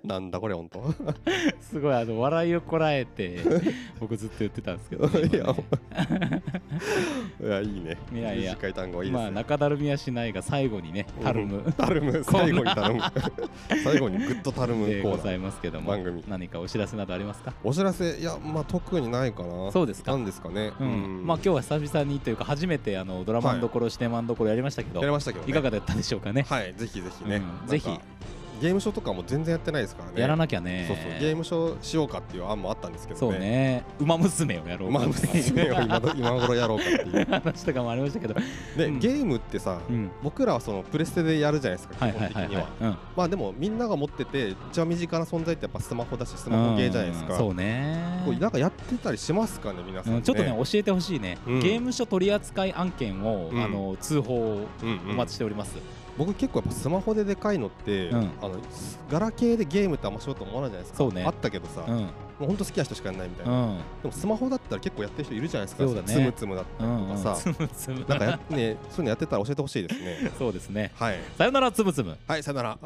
Speaker 2: なんだこれ本
Speaker 1: [LAUGHS]
Speaker 2: 当
Speaker 1: すごいあの笑いをこらえ
Speaker 2: [LAUGHS]
Speaker 1: て僕ずっと言ってたんですけど、ね
Speaker 2: いや
Speaker 1: 今ね
Speaker 2: [LAUGHS] いやいいね
Speaker 1: いやいや
Speaker 2: 短い単語はいいで
Speaker 1: まあ
Speaker 2: すね
Speaker 1: 中だるみはしないが最後にねたるむ
Speaker 2: たるむ最後に
Speaker 1: [LAUGHS]
Speaker 2: たるむ最後にグッとたるむ
Speaker 1: で
Speaker 2: コ
Speaker 1: ご
Speaker 2: ーナ
Speaker 1: ざ
Speaker 2: ー
Speaker 1: いますけども
Speaker 2: 番組
Speaker 1: 何かお知らせなどありますか
Speaker 2: お知らせいやまあ特にないかな
Speaker 1: そうですか
Speaker 2: なんですかね
Speaker 1: うんまあ今日は久々にというか初めてあのドラマ
Speaker 2: はい
Speaker 1: どころシネマンどころやりましたけど
Speaker 2: やりましたけどね
Speaker 1: いかがだったでしょうかね
Speaker 2: はいぜひぜひね
Speaker 1: うん
Speaker 2: なんか
Speaker 1: ぜひ
Speaker 2: ゲームショーとかも全然やってないですからね
Speaker 1: やらなきゃね
Speaker 2: そうそうゲームショーしようかっていう案もあったんですけ
Speaker 1: そ
Speaker 2: ど
Speaker 1: う
Speaker 2: ね
Speaker 1: ね馬娘をやろう
Speaker 2: まあ
Speaker 1: かってい
Speaker 2: 娘
Speaker 1: う
Speaker 2: を今ど今頃やろうかっていう
Speaker 1: 話とかもありましたけど
Speaker 2: で
Speaker 1: うん
Speaker 2: ゲームってさ
Speaker 1: うん
Speaker 2: 僕らはそのプレステでやるじゃないですか
Speaker 1: はい
Speaker 2: 基
Speaker 1: は
Speaker 2: 本
Speaker 1: い
Speaker 2: 的
Speaker 1: はい
Speaker 2: に
Speaker 1: はい
Speaker 2: は
Speaker 1: うん
Speaker 2: まあでもみんなが持ってて一番身近な存在ってやっぱスマホだしスマホゲーじゃないです
Speaker 1: う
Speaker 2: か
Speaker 1: んそうね
Speaker 2: こうなんかやってたりしますかね皆さん
Speaker 1: う
Speaker 2: ね
Speaker 1: んちょっとね教えてほしいね
Speaker 2: うん
Speaker 1: ゲーム書取扱案件を
Speaker 2: うん
Speaker 1: あの通報を
Speaker 2: うん
Speaker 1: お
Speaker 2: うん
Speaker 1: 待ちしております
Speaker 2: 僕結構やっぱスマホででかいのって、
Speaker 1: うん
Speaker 2: あのガラケーでゲームってあんましようと思わないじゃないですか
Speaker 1: そうね
Speaker 2: あったけどさ、
Speaker 1: う
Speaker 2: も
Speaker 1: ん
Speaker 2: うほんと好きな人しかやんないみたいうな、
Speaker 1: ん
Speaker 2: でもスマホだったら結構やってる人いるじゃないですか
Speaker 1: そうだね
Speaker 2: つむつむだった
Speaker 1: う
Speaker 2: りと
Speaker 1: ん
Speaker 2: か
Speaker 1: うん
Speaker 2: さ、
Speaker 1: つむつむ
Speaker 2: なんかやねそういうのやってたら教えてほしいですね
Speaker 1: そうですね
Speaker 2: はい
Speaker 1: さよならつむつむ
Speaker 2: はいさよなら